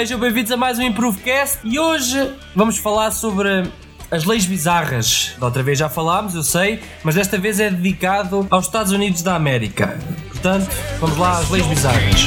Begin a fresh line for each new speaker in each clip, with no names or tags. Sejam bem-vindos a mais um Improvecast e hoje vamos falar sobre as leis bizarras. Da outra vez já falámos, eu sei, mas desta vez é dedicado aos Estados Unidos da América. Portanto, vamos lá às leis bizarras.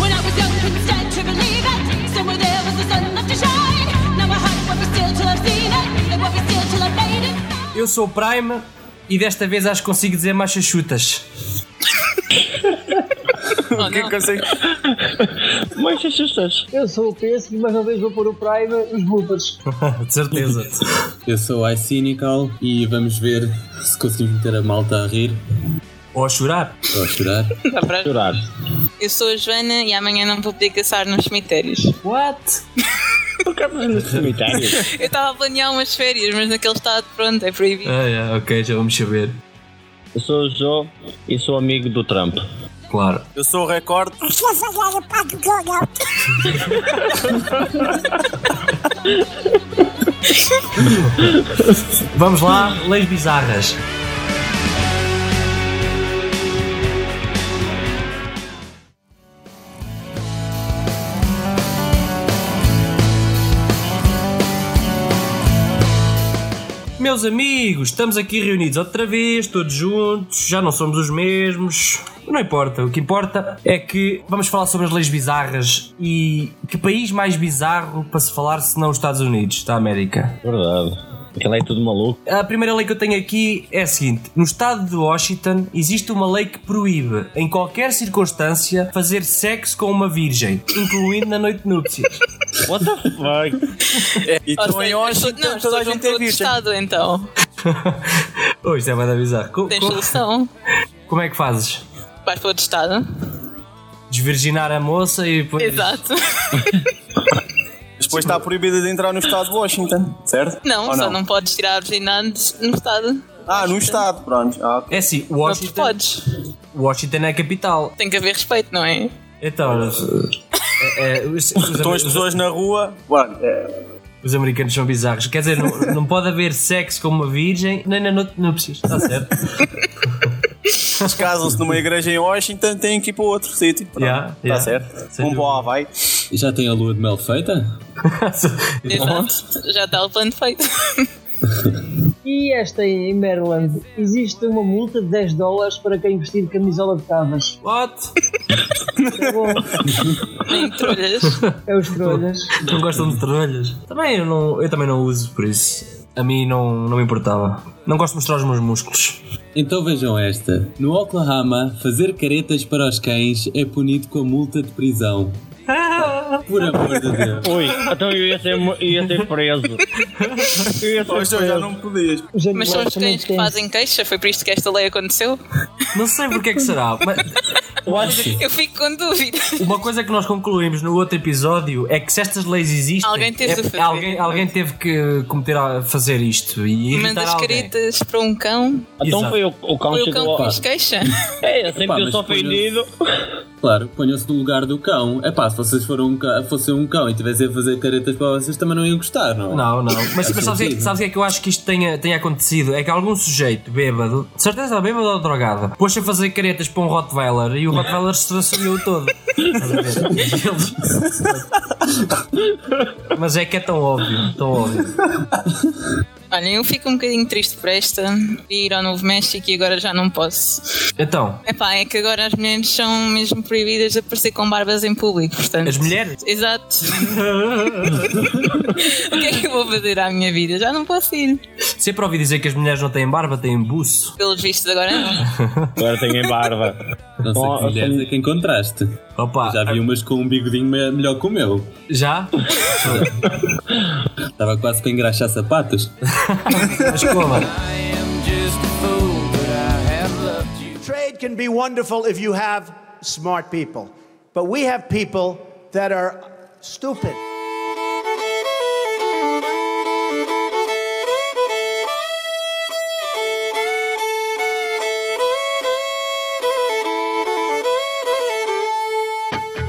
When I was young, couldn't stand to believe it. Somewhere there was the sun left to shine. Now I hide what was still till I've seen it. And what was still till I've made it.
Eu sou o Prime e desta vez acho que consigo dizer machachutas.
O que é que consegue?
Manchas justas. Eu sou o PS e mais uma vez vou pôr o Prime nos bloopers.
De certeza.
Eu sou o iCynical e vamos ver se conseguimos meter a malta a rir
Ou a chorar.
ou a chorar.
Tá pra-
Chorar.
Eu sou a Joana e amanhã não vou poder caçar nos cemitérios.
What?
é
No cemitério.
Eu estava a planear umas férias, mas naquele estado, pronto, é proibido.
Ah, é, ok, já vamos saber.
Eu sou o Joe e sou amigo do Trump.
Claro.
Eu sou o recorde.
Vamos lá, leis bizarras. Meus amigos, estamos aqui reunidos outra vez, todos juntos, já não somos os mesmos. Não importa, o que importa é que vamos falar sobre as leis bizarras e que país mais bizarro para se falar se não os Estados Unidos da América?
Verdade. Aquele é tudo maluco.
A primeira lei que eu tenho aqui é a seguinte: no estado de Washington existe uma lei que proíbe, em qualquer circunstância, fazer sexo com uma virgem, incluindo na noite de núpcias.
What the fuck?
Então
Ou
em
seja, as pessoas-
Washington
as
toda a
pessoas vão
gente
para
é
outro
virgem.
estado, então.
oh, isto é mais bizarro. Co-
Tens
co-
solução.
como é que fazes?
Vais para outro estado.
Desvirginar a moça e depois.
Exato.
Mas Depois está proibida de entrar no estado de Washington, certo?
Não,
Ou
só não podes tirar a virginidade no estado.
Ah, no estado, pronto. Ah, ok.
É assim,
Não te
Washington,
podes.
Washington é a capital.
Tem que haver respeito, não é?
Então. é- é, os, os-
Estão eh, Então as pessoas na rua. Bueno, é,
os americanos são bizarros. Quer dizer, não, não pode haver sexo com uma virgem nem na noite de núpcias. Está Tá certo?
Tá eles casam-se numa igreja em Washington, têm que ir para outro sítio. Pronto,
Yeah,
tá
yeah.
certo.
Sem
um bom Havaí.
Já tem a lua de mel feita?
Exato. Já está o plano feito.
E esta em Maryland existe uma multa de 10 dólares para quem vestir camisola de cavas.
What?
É bom,
Nem trolhas.
é os trolhas.
Não gostam de trolhas? Também eu, não, eu também não uso, por isso. A mim não, não me importava. Não gosto de mostrar os meus músculos.
Então vejam esta. No Oklahoma, fazer caretas para os cães é punido com a multa de prisão. Por amor de Deus.
Ui, então eu ia ser, mo- ia ser preso. Eu ia ser
Hoje eu já não podias.
Os
Mas são
animais
os
também
cães que
têm.
fazem queixa. Foi por isto que esta lei aconteceu.
Não sei porque é que será, mas
Eu acho que
Eu fico com dúvida.
uma coisa que nós concluímos no outro episódio é que se estas leis existem.
Alguém teve
é-
de fazer.
alguém, alguém teve que cometer a fazer isto e irritar
Mandas
alguém.
caretas para um cão.
Exato.
Então foi o, o cão
Foi o
chegou
cão que
ao...
nos queixa.
É, eu sempre
Pá,
eu
mas
sou
depois eu-
ofendido.
Claro, ponham-se no lugar do cão. É pá, se vocês foram um cão, fossem um cão e tivessem a fazer caretas para vocês, também não iam gostar, não é?
Não, não. Mas, mas sabes, o que é-
sentido.
sabes o que é que eu acho que isto tenha, tenha acontecido? É que algum sujeito bêbado, de certeza bêbado ou drogado, pôs-se a fazer caretas para um Rottweiler e o
é?
Rottweiler se transferiu todo. Estás a ver? E eles- Mas é que é tão óbvio, tão óbvio.
Olha, eu fico um bocadinho triste por esta de ir ao Novo México e agora já não posso.
Então,
Epá, é que agora as mulheres são mesmo proibidas de aparecer com barbas em público, portanto.
as mulheres.
Exato. o que é que eu vou fazer à minha vida? Já não posso ir.
Sempre ouvi dizer que as mulheres não têm barba, têm buço.
Pelos vistos agora não.
Agora tenho em barba.
Não sei que
Oh,
mulheres é que encontraste.
Opa,
Já vi umas com um bigodinho me- melhor que o meu.
já?
Estava quase para engraxar sapatos.
Mas como?
Trade can be wonderful if you have smart people, but we have people that are stupid.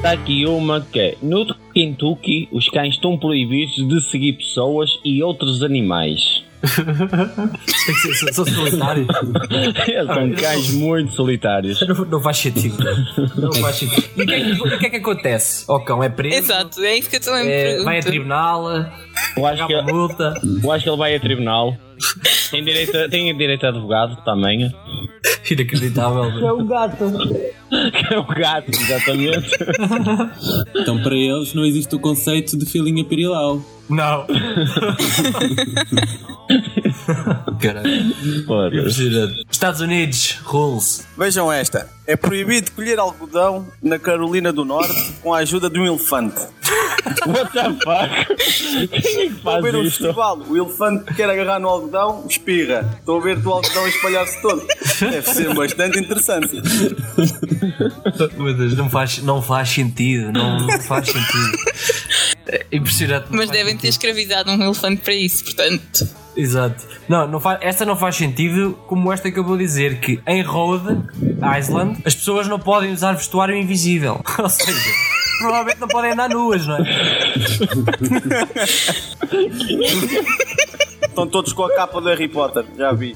Tá
aqui uma que é: No Kentucky, os cães estão proibidos de seguir pessoas e outros animais.
Tem que ser, sou, sou solitário.
São cães muito solitários.
Não, não faz sentido. Não faz sentido. E o que, é que- o que é que acontece? O cão é preso,
Exato, é isso que eu também me
é,
pergunto.
vai a tribunal,
Eu acho, que, é-
paga uma multa.
eu acho que ele vai a tribunal. Tem direito a, tem direito a advogado também.
Inacreditável.
É um gato.
É o gato, exatamente.
Então, para eles, não existe o conceito de filhinha pirilau.
Não. Caralho.
Foda-se.
Estados Unidos, rules.
Vejam esta. É proibido colher algodão na Carolina do Norte com a ajuda de um elefante.
What the fuck? Quem é que
Estou a
faz
ver um
isto?
festival, o elefante quer agarrar no algodão, espirra. Estou a ver o algodão a espalhar-se todo. Deve ser bastante interessante.
Meu Deus, não faz, não faz sentido. Não, não faz sentido. É impressionante. não
Mas
faz
devem
sentido.
ter escravizado um elefante para isso, portanto.
Exato. Não, não faz, essa não faz sentido como esta que eu vou dizer, que em Rhode Island as pessoas não podem usar vestuário invisível. Ou seja, provavelmente não podem andar nuas, não é?
Estão todos com a capa do Harry Potter, já vi.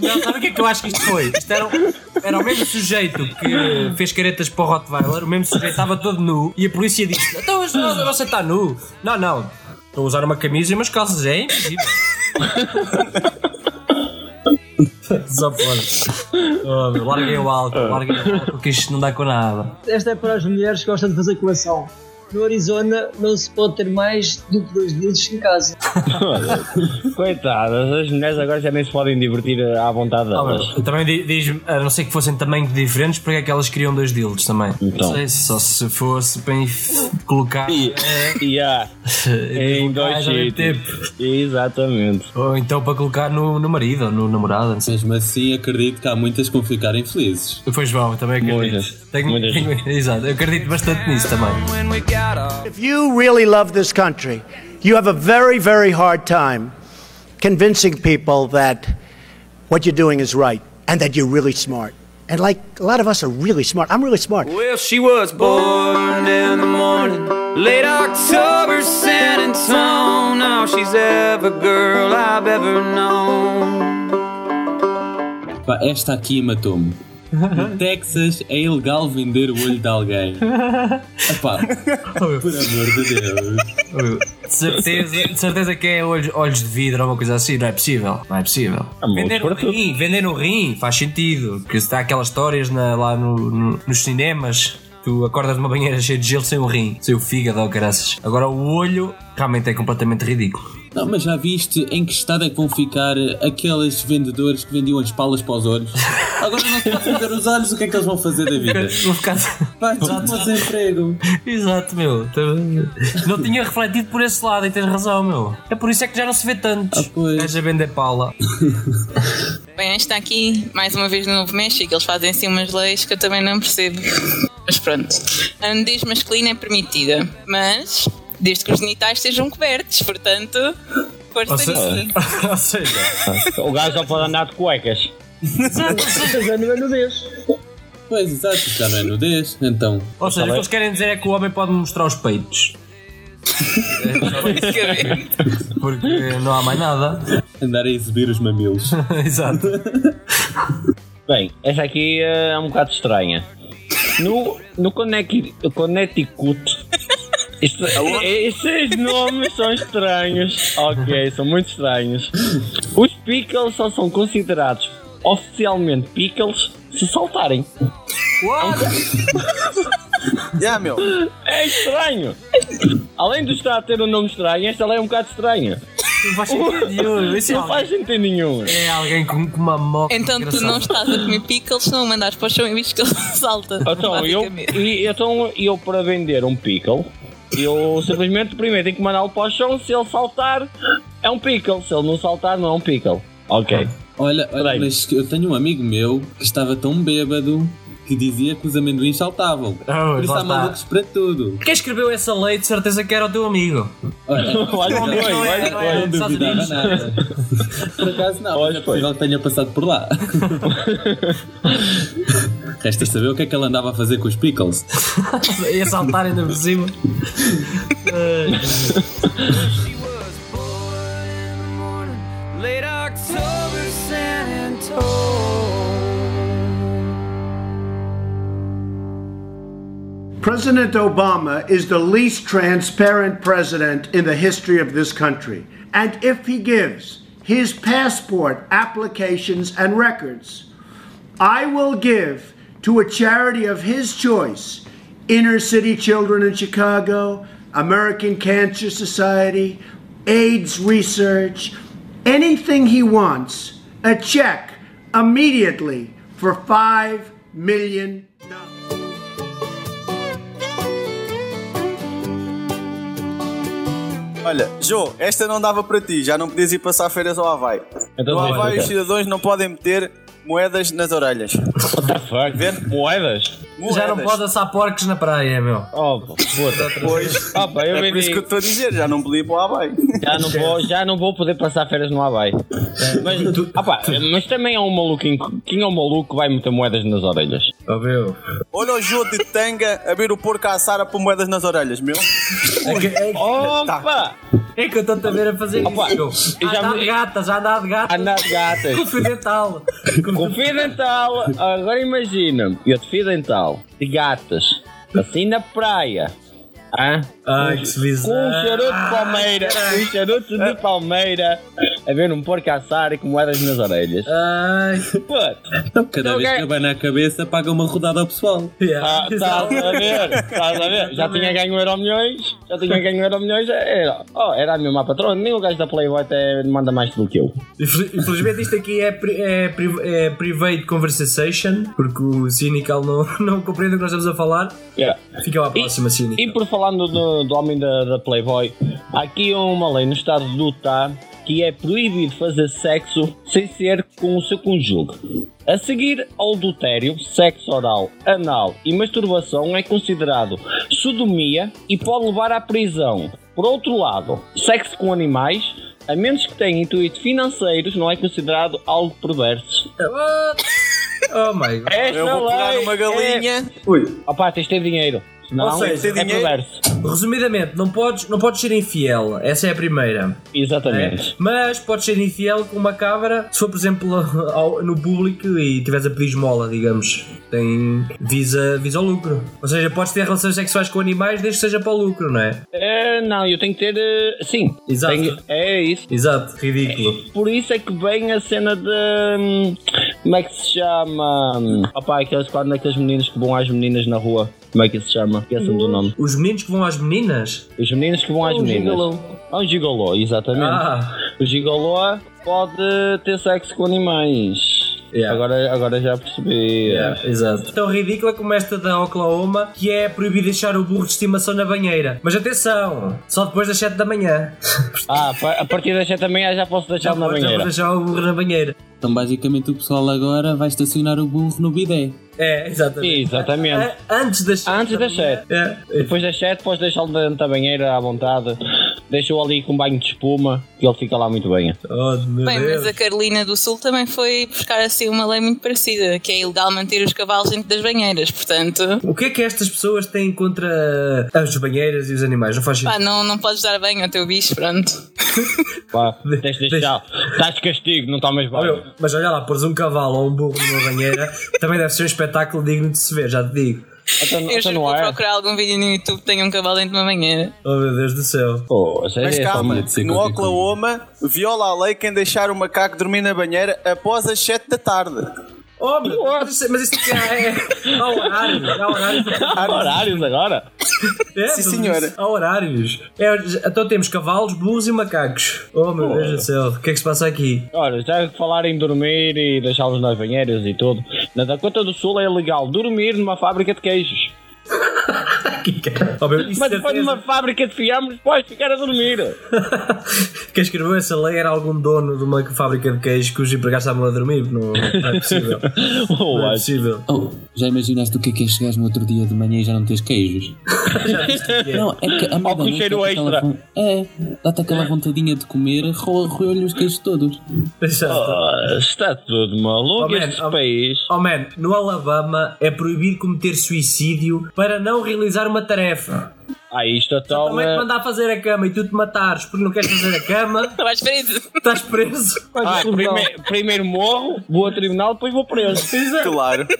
Não, sabe o que é que eu acho que isto foi? Isto era, um- era o mesmo sujeito que fez caretas para o Rottweiler, o mesmo sujeito estava todo nu e a polícia disse: Então mas você está nu? Não, não. Estou a usar uma camisa e umas calças, é invisível. Só pode. Oh, meu, larguem o álcool, larguem o álcool, que isto não dá com nada.
Esta é para as mulheres que gostam de fazer colação. No Arizona não se pode ter mais do que dois dildos em casa.
Coitadas, as mulheres agora já nem se podem divertir à vontade
Ah,
delas.
mas também di- diz a não ser que fossem tamanhos diferentes, porque é que elas queriam dois dildos também?
Então.
Não sei, só se fosse para enf- colocar
E- Yeah,
eh,
em dois
locais ao mesmo tempo.
sítios. Exatamente.
Ou então para colocar no, no marido ou no namorado, não sei.
Mesmo assim, acredito que há muitas que vão ficar infelizes.
Pois bom, eu também acredito.
Muitas,
Tenho-
muitas.
tenho- exato, eu acredito bastante nisso também.
If you really love this country, you have a very, very hard time convincing people that what you're doing is right and that you're really smart. And like a lot of us are really smart. I'm really smart.
Well, she was born in the morning, late October, San Antonio. Now she's every girl I've ever known.
Pá, esta aqui matou-me. No Texas é ilegal vender o olho de alguém. Epá, por amor de Deus.
De certeza, de certeza que é olhos, olhos de vidro ou uma coisa assim, não é possível. Não é possível.
Amor,
vender um
para tudo.
rim, vender um rim faz sentido. Que se dá aquelas histórias na- lá no- no- nos cinemas. Tu acordas numa banheira cheia de gelo sem o rim, sem o fígado ou caraças. Agora o olho realmente é completamente ridículo.
Não, mas já viste em que estado é que vão ficar aqueles vendedores que vendiam as palas para os olhos? Agora não se pode vender os olhos, o que é que eles vão fazer da vida?
Vou ficar.
Vai, já desemprego.
Exato, meu. Então, Não tinha refletido por esse lado e tens razão, meu. É por isso é que já não se vê tantos.
Ah, pois.
Estás a vender pala.
Bem, esta aqui, mais uma vez no Novo México, eles fazem assim umas leis que eu também não percebo. Mas pronto. A nudez masculina é permitida, mas desde que os genitais sejam cobertos, portanto, força
Ou seja-
nisso.
Ou seja,
O gajo só pode andar de cuecas.
Mas já não é nudez.
Pois, exato, já não é nudez, então.
Ou seja, o que eles querem dizer é que o homem pode mostrar os peitos.
basicamente.
Porque não há mais nada.
Andar a exibir os mamilos.
Exato.
Bem, esta aqui eh, é um bocado estranha. No, no Connecti- Connecticut. Isto, é, estes nomes são estranhos. Ok, são muito estranhos. Os pickles só são considerados oficialmente pickles se saltarem.
Já, meu.
É estranho! Além de estar a ter um nome estranho, esta lei é um bocado estranha.
Não faz sentido nenhum. Isso é
Não faz
alguém,
sentido nenhum.
é alguém com com uma moca.
Então tu não
engraçada.
estás a comer pickles, não o mandares para o chão e viste que ele salta.
Então, eu,
basicamente.
e, então, eu para vender um pickle, eu simplesmente primeiro tenho que mandá-lo para o chão. Se ele saltar, é um pickle. Se ele não saltar, não é um pickle. Ok.
Olha, olha,
Peraí.
mas eu tenho um amigo meu que estava tão bêbado que dizia que os amendoins saltavam. Por isso
Ah,
tá
lá
há
está.
malucos para tudo.
Quem escreveu essa lei de certeza que era o teu amigo.
Olha,
Não,
olha,
não é,
olha,
não é,
não
dos Estados
duvidava
Unidos.
nada. Por acaso não, mas é possível que tenha passado por lá. Resta saber o que é que ela andava a fazer com os pickles.
Ia saltar ainda por cima.
Late October, San Antonio.
President Obama is the least transparent president in the history of this country. And if he gives his passport applications and records, I will give to a charity of his choice inner city children in Chicago, American Cancer Society, AIDS research, anything he wants, a check immediately for $5 million.
Olha, Joe, esta não dava para ti, já não podias ir passar férias ao Havaí.
Então
no
vai,
Havaí
ok.
os cidadãos não podem meter moedas nas orelhas.
What the fuck? Moedas?
Já não pode assar porcos na praia, meu.
Oh, puta.
Pois,
Ah, pá, eu
é
me
por isso que eu
digo.
estou a dizer, já não podia ir para o Havaí.
Já não, vou, já não vou poder passar férias no Havaí. Mas, ah, pá, mas também é um maluquinho. Quem é um maluco que vai meter moedas nas orelhas?
Oh, meu.
Olha o Joe de tanga a ver o porco a assar a pôr moedas nas orelhas, meu.
Opa!
É que eu estou-te a ver a fazer
Opa,
isso.
eu
Já
já
andar
me- Ah,
de gata, já andar de gata.
Andar de gatas.
Com fio dental.
Com fio dental, agora imagina-me, eu de fio dental, de gatas, assim na praia. Hã?
Ai, que
Com um
bizarro.
charuto de palmeira, com um charuto de palmeira, a ver um porco assar e com moedas nas orelhas.
Ai,
Puto,
Então, cada
Então,
vez
quem-
que vai na cabeça, paga uma rodada ao pessoal.
yeah.
ah, estás a ver, estás a ver, já tinha ganho um euro milhões, já tinha ganho um euro milhões, era, oh, era a minha patrona, nem o gajo da Playboy até manda mais do que eu.
Infel- Infelizmente isto aqui é, pri- é, pri- é private conversation, porque o Cynical não, não compreende o que nós estamos a falar.
Yeah.
Fica lá a próxima, Cynical.
E por falando do, do homem da, da Playboy, há aqui uma lei no estado do Utah que é proibido fazer sexo sem ser com o seu cônjuge. A seguir ao adultério, sexo oral, anal e masturbação é considerado sodomia e pode levar à prisão. Por outro lado, sexo com animais, a menos que tenha intuito financeiros, não é considerado algo perverso.
What? Ah, Oh my god.
Esta
Eu vou pegar
lei
uma
É...
galinha.
Opá, tens de ter dinheiro. Não,
Ou seja,
é
ter dinheiro-
perverso.
Resumidamente, não podes, não podes ser infiel. Essa é a primeira.
Exatamente.
né? Mas podes ser infiel com uma cabra se for, por exemplo, ao- no público e tiveres a pedir esmola, digamos. Tem, visa, visa ao lucro. Ou seja, podes ter relações sexuais com animais desde que seja para o lucro, não é?
É, não, eu tenho que ter. eh, sim.
Exato.
Tenho- é isso.
Exato, ridículo.
Por isso é que vem a cena de. hum, Como é que se chama? Hum, Opá, aqueles, quando aqueles meninos que vão às meninas na rua. Como é que se chama? Esqueçam do nome.
Os meninos que vão às meninas?
Os meninos que vão às meninas. É um gigolô, exatamente.
Ah,
O gigolô pode ter sexo com animais.
Yeah.
Agora, agora já percebi.
exato. Tão ridícula como esta da Oklahoma, que é proibido deixar o burro de estimação na banheira. Mas atenção, só depois das 7 da manhã.
Ah, pa- a partir das 7 da manhã já posso deixar na
podes- já
banheira.
podes deixar o burro na banheira.
Então, basicamente, o pessoal agora vai estacionar o burro no bidé.
É, exatamente.
Exatamente. Ah.
A- Antes das 7.
Antes das sete.
É.
Depois das 7, podes deixá-lo dentro da banheira à vontade. Deixa-o ali com um banho de espuma e ele fica lá muito bem.
Oh, meu
Bem,
Deus.
mas a Carolina do Sul também foi buscar assim uma lei muito parecida, que é ilegal manter os cavalos dentro das banheiras, portanto,
O que é que estas pessoas têm contra as banheiras e os animais? Não faz
pá,
sentido.
não, não podes dar banho ao teu bicho, pronto.
Pá, tens de deixar. Estás de castigo, não tomas
Oh,
banho.
meu, mas olha lá, pôres um cavalo ou um burro numa banheira também deve ser um espetáculo digno de se ver, já te digo.
Até,
Eu
até
juro que
não
vou
é.
procurar algum vídeo no YouTube que tenha um cavalo dentro de uma banheira.
Oh meu Deus do céu.
Pô, essa
Mas
é só
calma,
uma-
de ser
no
qualquer coisa.
Oklahoma viola a lei quem deixar o macaco dormir na banheira após as 7 da tarde.
Oh, meu, mas isso, mas isso aqui é, é. Há horários, há horários.
Há horários agora?
É,
Sim,
tudo
senhora.
isso, Há horários. É, então temos cavalos, burros e macacos. Oh, meu Deus do céu, o que é que se passa aqui?
Ora, já que falaram em dormir e deixá-los nas banheiras e tudo, na Dakota do Sul é ilegal dormir numa fábrica de queijos.
Oh, meu, isso
Mas
certeza
depois numa fábrica de fiambres podes ficar a dormir.
Quem escreveu essa lei era algum dono de uma fábrica de queijo cujos empregados estavam a dormir. Não, não é possível.
Oh,
Não é
acho.
possível.
Oh, Já imaginaste o que é que é chegares no outro dia de manhã e já não tens queijos? Não, é que a
Ou com
meia-noite
cheiro
dá-te aquela
extra.
von- É, dá-te aquela vontadinha de comer, roa- roeu-lhe os queijos todos.
Oh, está tudo maluco
man,
este país.
Oh man, no Alabama é proibido cometer suicídio para não realizar uma tarefa.
Ah, isto é tal.
Também te mandar fazer a cama e tu te matares porque não queres fazer a cama.
Estás preso.
Estás preso.
Ah,
tribunal.
prime- primeiro morro, vou a tribunal, depois vou preso.
Claro.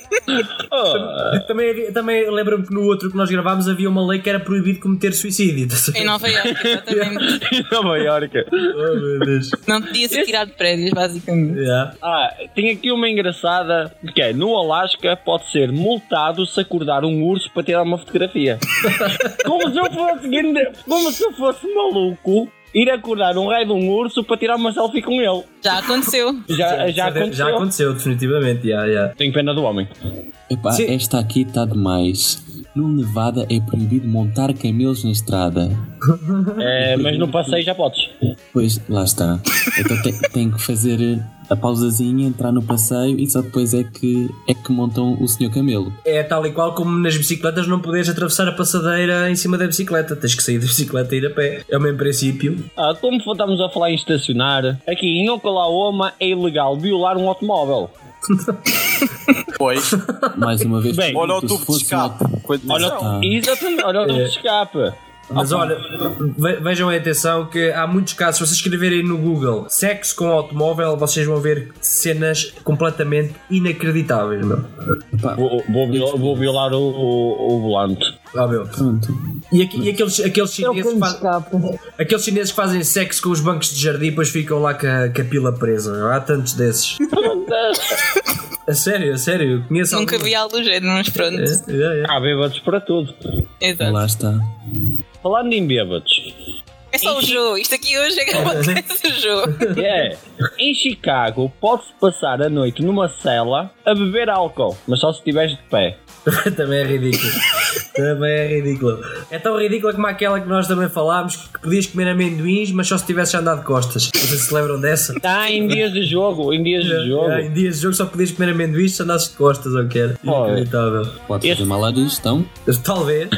Oh,
Também, havia- também lembro-me que no outro que nós gravámos havia uma lei que era proibido cometer suicídio. tá
Em Nova Iorque, exatamente.
Nova Iorque.
Oh meu Deus.
Não podias atirar de prédios, basicamente.
Yeah.
Ah, tem aqui uma engraçada que é no Alasca pode ser multado se acordar um urso para tirar uma fotografia. como, se eu fosse, grande- como se eu fosse maluco ir acordar um raio de um urso para tirar uma selfie com ele.
Já aconteceu.
Já, já aconteceu.
já aconteceu, definitivamente. Yeah, yeah.
Tenho pena do homem.
Epá,
Sim.
esta aqui está demais. No Nevada é proibido montar camelos na estrada.
É, mas no passeio já podes.
Pois, lá está. Então te- tenho que fazer eh, a pausazinha, entrar no passeio e só depois é que, é que montam o senhor camelo.
É tal e qual como nas bicicletas não podes atravessar a passadeira em cima da bicicleta. Tens que sair da bicicleta e ir a pé. É o mesmo princípio.
Ah, como estamos a falar em estacionar, aqui em Oklahoma é ilegal violar um automóvel.
Pois.
Mais uma vez,
Bem,
Olha
proibido.
o
Se
tubo de
fosse um uma-
escape. Coisa-
Olha,
Ah.
exatamente, olha o tubo de escape.
Mas olha, ve- vejam aí atenção que há muitos casos. Se vocês escreverem no Google sexo com automóvel, vocês vão ver cenas completamente inacreditáveis, meu.
Vou, vou viol- vou violar o, o, o volante.
Ah, meu.
Pronto.
E, aqui- e aqueles, aqueles,
É o
chineses
que
que
me
fa-
escapa.
aqueles chineses que fazem sexo com os bancos de jardim e depois ficam lá com a, com a pila presa. Há tantos desses. a sério, a sério. eu Conheço
Nunca
alguns.
vi algo do género, mas pronto.
É, é, é.
Há bêbados para tudo.
Exato.
Lá está.
Falando em bêbados,
É só o jogo. Isto aqui hoje é que acontece o jogo.
é, em Chicago pode-se passar a noite numa cela a beber álcool, mas só se estiveres de pé.
também é ridículo. também é ridículo. É tão ridícula como aquela que nós também falámos que podias comer amendoins, mas só se tivesse andado de costas. Vocês se lembram dessa?
Ah, em dias de jogo, em dias de
É,
jogo.
Em dias de jogo só podias comer amendoins se andasses de costas, ou que era.
Oh, é.
Inacreditável.
Pode fazer
Este-
uma lá digestão.
Talvez.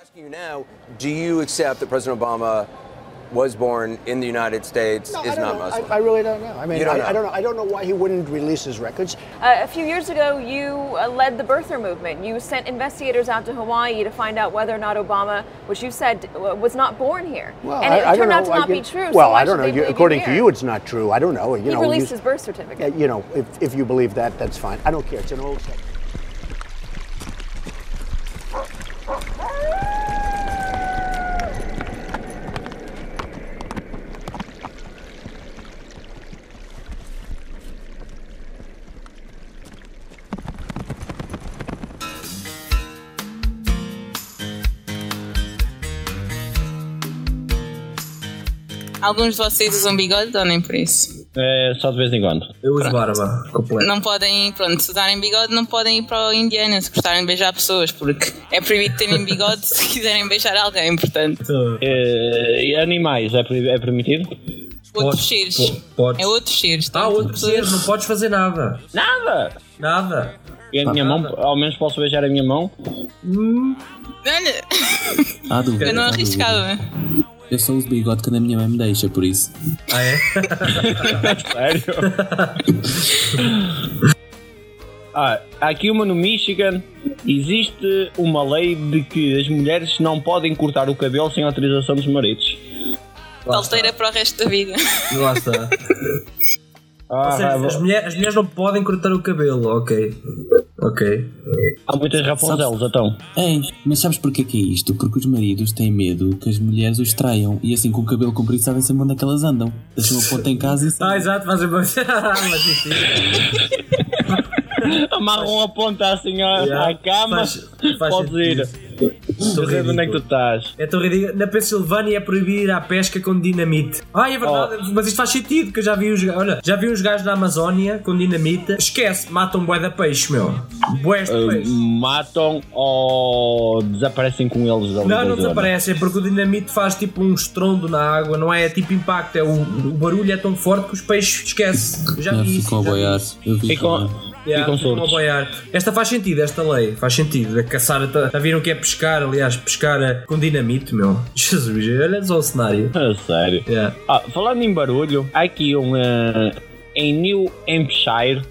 asking you now, do you accept that President Obama was born in the United States,
No, I
is
don't
not
know.
Muslim?
I, I really don't know. I mean,
You don't
I,
know.
I don't know. I don't know why he wouldn't release his records.
Uh, a few years ago, you uh, led the birther movement. You sent investigators out to Hawaii to find out whether or not Obama, which you said uh, was not born here, and
I,
it
I don't
turned
know.
out to
I
not be
can-
true. so
Well,
why
I
should
don't know.
they
You,
believe
according to
here?
you, it's not true. I don't know. You
He
know,
released
you,
his birth certificate.
uh, you know, if, if you believe that, that's fine. I don't care. It's an old. subject.
Alguns de vocês usam bigode ou nem por isso?
É, só de vez em quando.
Eu uso barba. Completo.
Não podem, pronto, se usarem bigode, não podem ir para o Indiana se gostarem de beijar pessoas, porque é proibido terem bigode se quiserem beijar alguém, portanto.
É, e animais, é, proibi- é permitido?
Outros
Podes,
cheiros.
po- podes.
É tipo outros cheiros.
Há
tanto
outro
pessoas-
ser, não podes fazer nada.
Nada!
Nada.
E a minha mão, ao menos posso beijar a minha mão.
Olha,
Há dúvida.
eu não
há dúvida.
arriscava.
Eu só uso bigode quando a minha mãe me deixa, por isso.
Ah, é?
Sério? ah, há aqui uma no Michigan. Existe uma lei de que as mulheres não podem cortar o cabelo sem autorização dos maridos.
Solteira para o resto da vida.
E lá está. Ou
Ah,
seja,
ah,
as, mulher- as mulheres não podem cortar o cabelo, ok. Ok.
há muitas Rapunzelas, então.
É, mas sabes porquê que é isto? Porque os maridos têm medo que as mulheres os traiam e assim com o cabelo comprido sabem sempre onde é que elas andam. Deixam a ponta em casa e
Ah,
sabem.
exato, fazem uma. Ah, Mas enfim.
Amarram a ponta assim à,
Yeah.
à cama.
Faz- faz
Podes
sentido.
ir. Não sei de onde é que tu estás.
É tão ridículo. Na Pensilvânia é proibir ir à pesca com dinamite. Ah, é verdade,
Oh.
mas isto faz sentido, porque eu já vi os gajos. Olha, já vi uns gajos na Amazónia com dinamite. Esquece, matam bué da peixe, meu. Bué
Ah,
de
Uh,
peixe.
matam ou desaparecem com eles ali da
Não, não
zona.
desaparecem, porque o dinamite faz tipo um estrondo na água, não é tipo impacto, é o, o barulho é tão forte que os peixes esquece. Já
Ah,
vi isso.
ficam a boiar. Eu vi
Ficam-
também. Um
Yeah,
ficam
ficam a
soltos.
boiar. Esta faz sentido, esta lei. Faz sentido. A caçar. Já viram que é pescar, aliás, pescar eh, com dinamite, meu. Jesus, olha só o cenário.
Ah, sério.
Yeah.
Ah, falando em barulho, há aqui um. eh, em New Hampshire,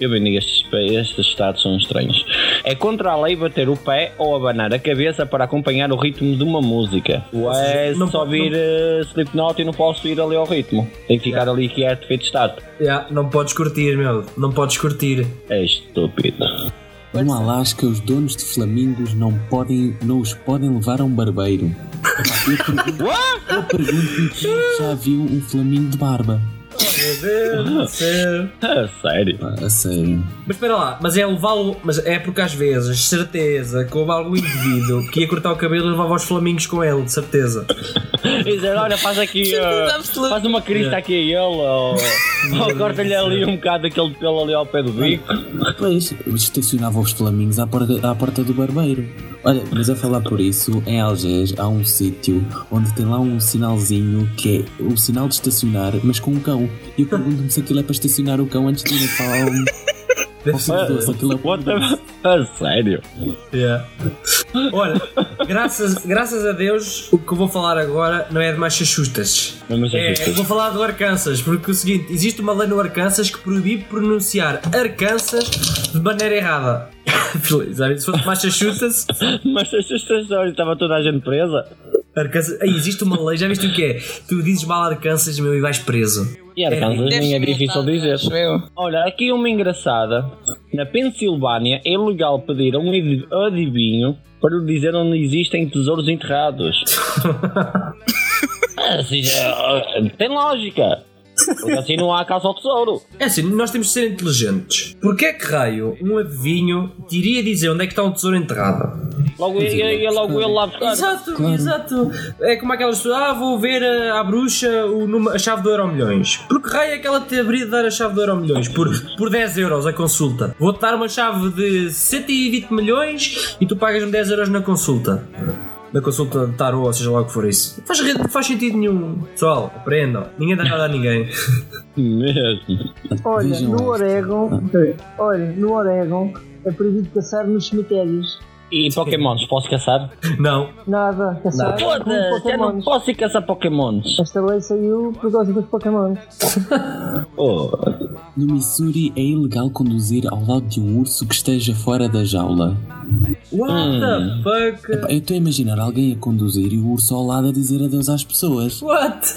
eu bem digo, estes, pa- estes estados são estranhos. É contra a lei bater o pé ou abanar a cabeça para acompanhar o ritmo de uma música. Ué,
Não-
se só vir eh, Slipknot e não posso ir ali ao ritmo. Tem que ficar ali quieto, feito estado.
Yeah, não podes curtir, meu. Não podes curtir.
É estúpido.
No Alasca, os donos de flamingos não, podem, não os podem levar a um barbeiro. Epá, Eu pergunto- eu pergunto-me quem é que já viu um flamingo de barba.
Meu Deus do céu.
A É sério?
A sério.
Mas espera lá, mas é levá-lo. Mas é porque às vezes, certeza, que houve algum indivíduo que ia cortar o cabelo e levava os flamingos com ele, de certeza.
E dizer, olha, faz aqui. eh,
ah,
faz uma crista aqui a ele, ou, ou corta-lhe ali um bocado aquele pelo ali ao pé do bico.
Pois, estacionava os flamingos à porta, à porta do barbeiro. Olha, mas a falar por isso, em Algés há um sítio onde tem lá um sinalzinho que é o sinal de estacionar, mas com um cão. E eu pergunto-me se aquilo é para estacionar o cão antes de ir para o. ao servidor, se aquilo é
What the... A sério?
Yeah. Olha, graças, graças a Deus, o que eu vou falar agora não é de Massachusetts.
Não, mas é
É,
justo.
vou falar do Arkansas, porque é o seguinte: existe uma lei no Arkansas que proíbe pronunciar Arkansas de maneira errada. Sabe, Se fosse Massachusetts,
Mas estas história estava toda a gente presa.
Arkansas. Aí, existe uma lei, já viste o que é? Tu dizes mal Arkansas, meu, e vais preso.
E Arkansas nem é difícil dizer. Olha, aqui uma engraçada. Na Pensilvânia é ilegal pedir a um adi- adivinho para lhe dizer onde existem tesouros enterrados. Ah, assim, ah, ah, tem lógica. Porque assim não há caça ao tesouro.
É assim, nós temos de ser inteligentes. Porquê é que raio um adivinho te iria dizer onde é que está um tesouro enterrado?
Logo eu, eu, eu- logo ele lá buscar.
Exato, exato. É como aquelas pessoas, ah, vou ver a, à bruxa o número- a chave do Euro Milhões. Por que raio é que ela te abria de dar a chave do Euro Milhões? Por, por 10 euros a consulta. Vou-te dar uma chave de 120 milhões e tu pagas-me 10 euros na consulta. Na consulta de tarô, ou seja lá o que for isso. Faz, re- não faz sentido nenhum. Pessoal, aprendam. Ninguém dá nada a ninguém.
Mesmo.
Olha, no Oregon, olha, no Oregon é proibido caçar nos cemitérios.
E Pokémons, posso caçar?
Não.
Nada, caçar
Foda-se,
é
com
eu não
Pokémons.
posso ir caçar Pokémons.
Esta lei saiu por causa dos Pokémons.
Oh.
No Missouri é ilegal conduzir ao lado de um urso que esteja fora da jaula.
What
Hum.
the fuck?
Epá, Eu estou a imaginar alguém a conduzir e o urso ao lado a dizer adeus às pessoas.
What?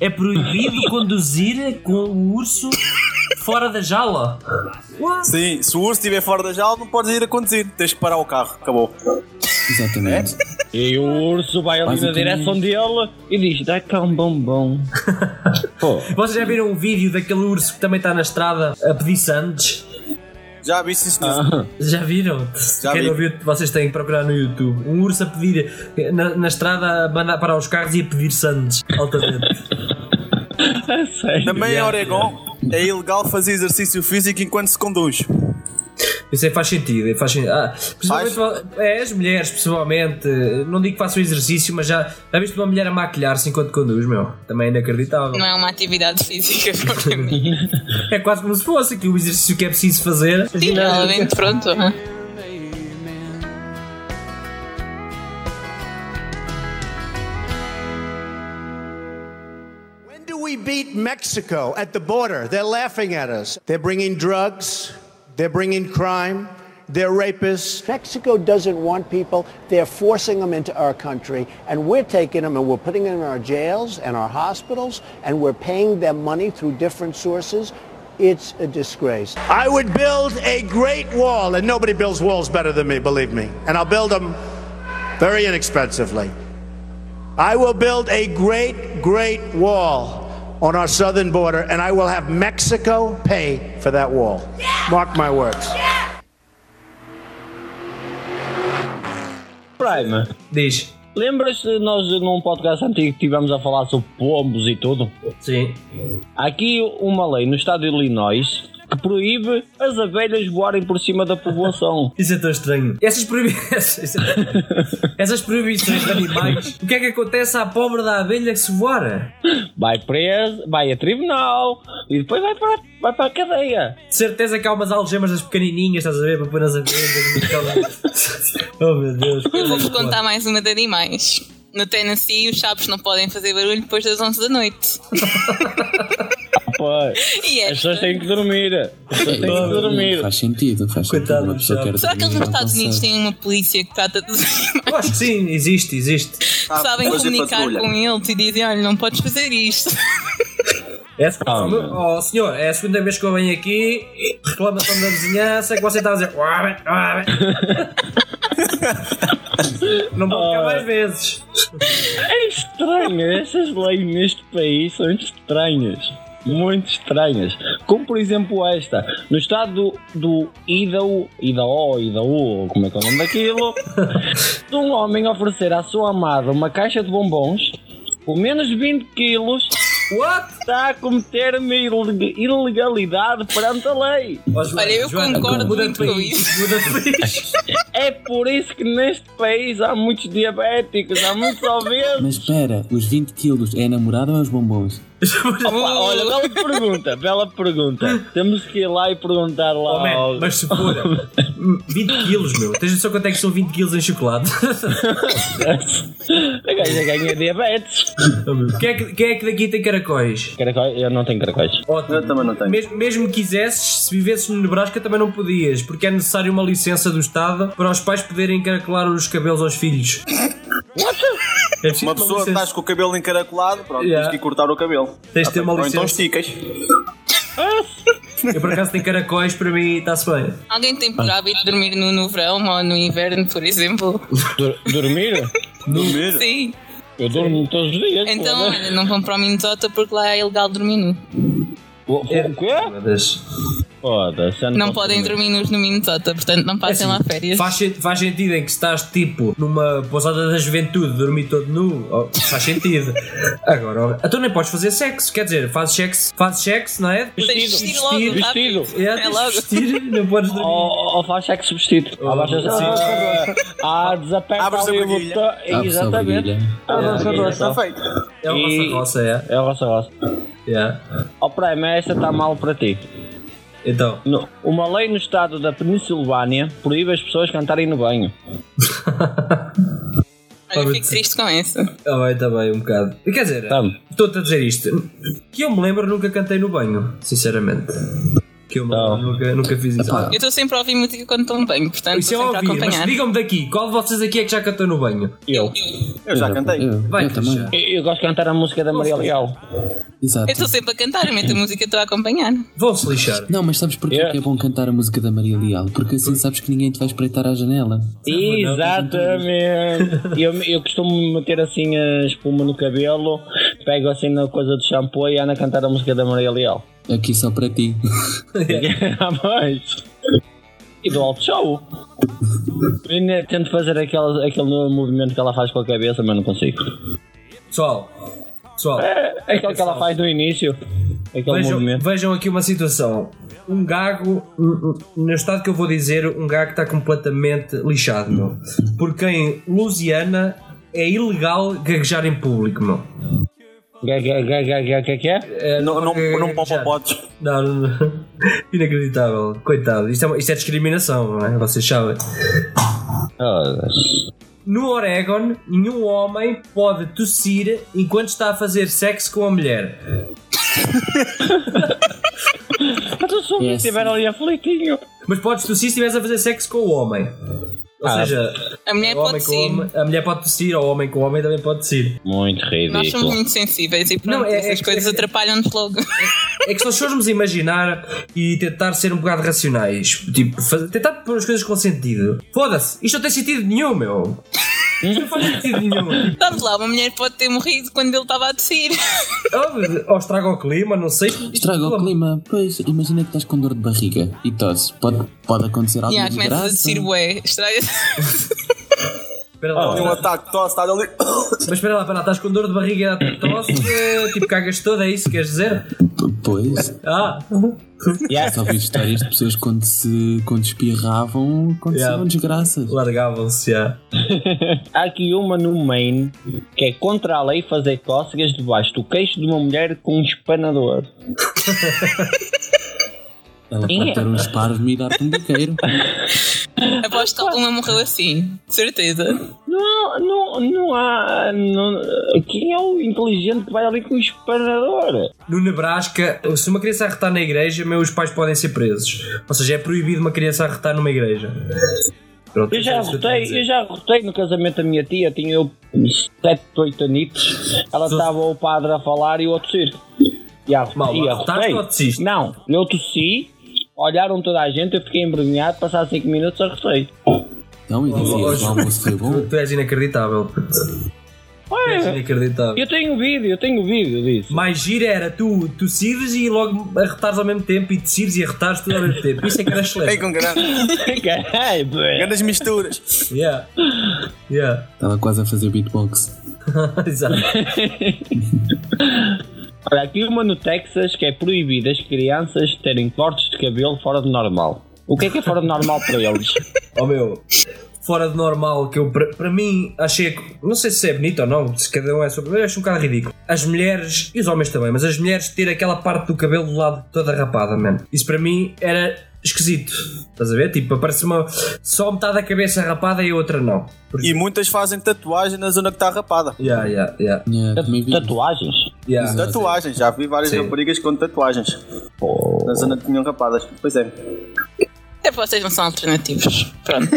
É proibido conduzir com o urso fora da jaula. What?
Sim, se o urso estiver fora da jaula, não podes ir a conduzir. Tens que parar o carro. Acabou.
Exatamente.
E o urso vai ali na
Basicamente.
direção dele e diz: dá cá um bombom. Pô,
Vocês já viram um vídeo daquele urso que também está na estrada a pedir sandes?
Já viste isso?
Ah.
Já viram?
Já
Quem
vi.
não viu, vocês têm que procurar no YouTube. Um urso a pedir na, na estrada a mandar parar os carros e a pedir sandes altamente.
Também em Oregon é ilegal fazer exercício físico enquanto se conduz.
Isso aí faz sentido. Faz sentido. Ah, principalmente é, as mulheres, principalmente. Não digo que façam exercício, mas já, já viste uma mulher a maquilhar-se enquanto conduz, meu? Também é inacreditável.
Não é uma atividade física propriamente.
É quase como se fosse aqui o exercício que é preciso fazer.
Sim, ela vem de pronto.
When do we beat Mexico at the border? They're laughing at us. They're bringing drugs, they're bringing crime, they're rapists. Mexico doesn't want people. They're forcing them into our country, and we're taking them and we're putting them in our jails and our hospitals, and we're paying them money through different sources. It's a disgrace. I would build a great wall, and nobody builds walls better than me, believe me. And I'll build them very inexpensively. I will build a great, great wall on our southern border, and I will have Mexico pay for that wall. Mark my words.
Prime.
Diz.
Lembras-te de nós num podcast antigo que tivemos a falar sobre pombos e tudo?
Sim.
Há aqui uma lei no estado de Illinois que proíbe as abelhas voarem por cima da população.
Isso é tão estranho. Essas, proibi... Essas- Essas proibições de animais, o que é que acontece à pobre da abelha que se voara?
Vai preso, vai a tribunal e depois vai para, vai para a cadeia.
De certeza que há umas algemas das pequenininhas, estás a ver, para pôr nas abelhas. oh meu Deus.
Eu vou-vos contar mais uma de animais. No Tennessee, os sapos não podem fazer barulho depois das 11 da noite.
Pai,
E
as pessoas têm que dormir. As pessoas têm que dormir.
É Faz sentido, faz sentido. Uma pessoa quer
Será que eles
dormir,
nos
não
Estados Unidos
consegue.
têm uma polícia que trata de...
Eu acho que sim, existe, existe.
sabem
fazer
comunicar
patrulha.
com eles e dizem: olha, não podes fazer isto.
É, oh, senhor, é a segunda vez que eu venho aqui, reclamação da vizinhança, que você está a dizer. "Uabe, uabe." Não vou ficar
Oh.
mais vezes.
É estranho, essas leis neste país são estranhas. Muito estranhas. Como por exemplo esta. No estado do, do Idaho, Idaho, Idaho, como é que é o nome daquilo? de um homem oferecer à sua amada uma caixa de bombons com menos de 20 quilos.
What?
Está a cometer uma ileg- ilegalidade perante a lei.
Olha, eu concordo muito com isso.
É por isso que neste país há muitos diabéticos, há muitos obesos.
Mas espera, os 20 quilos é a namorada ou os bombons?
Oh,
Opa, olha, bela pergunta, bela pergunta. Temos que ir lá e perguntar lá.
Oh, man,
ao-
mas se for 20 quilos, meu, tens noção quanto é que são 20 quilos em chocolate?
A gaja ganha diabetes.
Quem é, que, quem é que daqui tem caracóis?
Caracóis? Eu não tenho caracóis.
Eu também não tenho. Mesmo, mesmo que quisesses, se vivesses no Nebraska também não podias, porque é necessário uma licença do Estado para os pais poderem caracolar os cabelos aos filhos. É preciso
Uma
uma
pessoa tá que
licença.
estás com o cabelo encaracolado, pronto,
Yeah.
tens que ir cortar o cabelo.
Tens de ter uma
Ou então
licença.
esticas.
Eu por acaso tenho caracóis, para mim está-se bem.
Alguém tem
Ah.
por hábito dormir no, no verão ou no inverno, por exemplo?
dormir?
Dormir?
Sim.
Eu durmo todos os dias.
Então,
pô, né?
olha, não vão para o Minnesota porque lá é ilegal dormir nu.
O, o quê? Foda-se. eu
Não,
posso
podem dormir nus no Minnesota, portanto não passem lá
É
férias.
assim, Faz, sen- faz sentido em que estás tipo numa pousada da juventude, dormir todo nu, ó, faz sentido. Agora, ó, então nem podes fazer sexo, quer dizer, fazes sexo, fazes sexo, não é? Depois
Tens de
tens de
vestir logo, rápido.
É, tens de vestir, não podes dormir.
Oh,
Ou, ou faz sexo vestido. Abaixas
sim.
a Ah, desaperta
Abres a
ali o
brilha.
botão.
Ah,
Abres a
É, Exatamente.
brilha.
Abre
É,
a brilha.
está feito. É o
E-
roça-roça, é.
É o roça-roça. Ó, Prime, esta está mal para ti.
Então?
uma lei no estado da Pensilvânia proíbe as pessoas cantarem no banho.
Olha, eu fico triste com essa.
Ah, bem, está bem, um bocado. Quer dizer,
Tá
estou-te a dizer isto. Que eu me lembro, nunca cantei no banho, sinceramente. Que eu me
Tá.
lembro, nunca, nunca fiz isso.
Eu estou sempre a ouvir música quando estou no banho, portanto
Isso é
estou sempre
óbvio,
a
mas
acompanhar.
digam-me daqui, qual de vocês aqui é que já cantou no banho?
Eu.
Eu já cantei.
Vai, também.
Eu, eu gosto de cantar a música da Maria Leal.
Exato.
Eu estou sempre a cantar, eu meto a música e estou a acompanhar.
Vão-se lixar.
Não, mas sabes porquê que é bom cantar a música da Maria Leal? Porque assim sabes que ninguém te vai espreitar à janela.
Exatamente. eu, eu costumo meter assim a espuma no cabelo, pego assim na coisa do shampoo e ando a cantar a música da Maria Leal.
Aqui só para ti.
Há mais. E do alto show. Eu ainda tento fazer aquele, aquele novo movimento que ela faz com a cabeça, mas não consigo.
Pessoal, pessoal.
É, é aquele que ela faz no início. Aquele
Vejam,
então, movimento.
vejam aqui uma situação. Um gago, um- um- no estado que eu vou dizer, um gago está completamente lixado, meu. Porque em Louisiana é ilegal gaguejar em público, meu.
O que é que é?
não não, não
gaguejar.
poupa potes.
Não, não, não. Inacreditável. Coitado. Isto é, uma- isto é discriminação, não é? Vocês sabem. No Oregon, nenhum homem pode tossir enquanto está a fazer sexo com a mulher.
Mas eu soube que estiver ali é aflitinho.
Mas podes tossir se estiveres a fazer sexo com o homem. Ou
Ah.
seja,
A mulher
o homem
É, pode
com o homem-
ser.
a mulher pode tossir, ou o homem com o homem também pode tossir.
Muito
Nós somos
ridículo.
muito sensíveis e pronto,
Não, é-
essas
é-
coisas
é-
atrapalham-nos logo.
É que se nós formos imaginar e tentar ser um bocado racionais, tipo, faz- tentar pôr as coisas com sentido. Foda-se, isto não tem sentido nenhum, meu. Isto não faz sentido nenhum.
Vamos lá, uma mulher pode ter morrido quando ele estava a tossir.
Ou, ou estraga o clima, não sei.
Estraga o clima. Pois, imagina que estás com dor de barriga e tosse. Pode, pode acontecer
E
alguma
yeah,
yeah,
começas a
desgraça.
tossir, ué, estraga
Espera lá.
Tem um ataque de tosse, está ali.
Mas espera lá, espera lá, estás com dor de barriga e tosse, eh, tipo cagas toda, é isso que queres dizer?
Pois.
Ah!
Já só vi histórias de pessoas quando se quando espirravam aconteciam
Yeah.
desgraças.
Largavam-se, já.
Há aqui uma no Maine que é contra a lei fazer cócegas debaixo do queixo de uma mulher com um espanador.
Ela
Quem
pode
é?
ter uns paros e dar-te um biqueiro.
Aposto que alguma morreu assim, de certeza.
Não, não, não há. Não, quem é o inteligente que vai ali com o espanador?
No Nebraska, se uma criança arretar na igreja, meus pais podem ser presos. Ou seja, é proibido uma criança arretar numa igreja. Pronto, é
Eu já rotei, eu já rotei no casamento da minha tia, tinha eu 7, 8 anitos, ela estava o padre a falar e eu a tossir. E a,
Mal,
e a
arrotaste
rotei.
ou tossiste?
Não, eu tossi, olharam toda a gente, eu fiquei envergonhado, passaram 5 minutos, eu rotei.
Não, Então, e
dizias, o almoço
foi bom.
Tu és inacreditável. Tu és inacreditável.
Eu tenho um vídeo, eu tenho vídeo disso.
Mais gira era tu tossires e logo arretares ao mesmo tempo e tossires e arretares tudo ao mesmo tempo. Isso é que era excelente.
Ei, com grande. Grandes misturas.
Yeah. Yeah.
Estava quase a fazer beatbox.
Exato.
Olha, aqui uma no Texas que é proibido as crianças terem cortes de cabelo fora do normal. O que é que é fora do normal para eles?
Oh meu, fora de normal, que eu para para mim achei que, não sei se é bonito ou não, se cada um é sobre, eu acho um bocado ridículo. As mulheres, e os homens também, mas as mulheres ter aquela parte do cabelo do lado toda rapada, mano. Isso para mim era esquisito. Estás a ver? Tipo, aparece uma só metade da cabeça rapada e a outra não.
E muitas fazem tatuagem na zona que está rapada.
Yeah, yeah, yeah.
É, Tatuagens?
Yeah.
Tatuagens, já vi várias raparigas com tatuagens. Na zona que tinham rapadas. Pois é.
É para vocês não são alternativos. Pronto.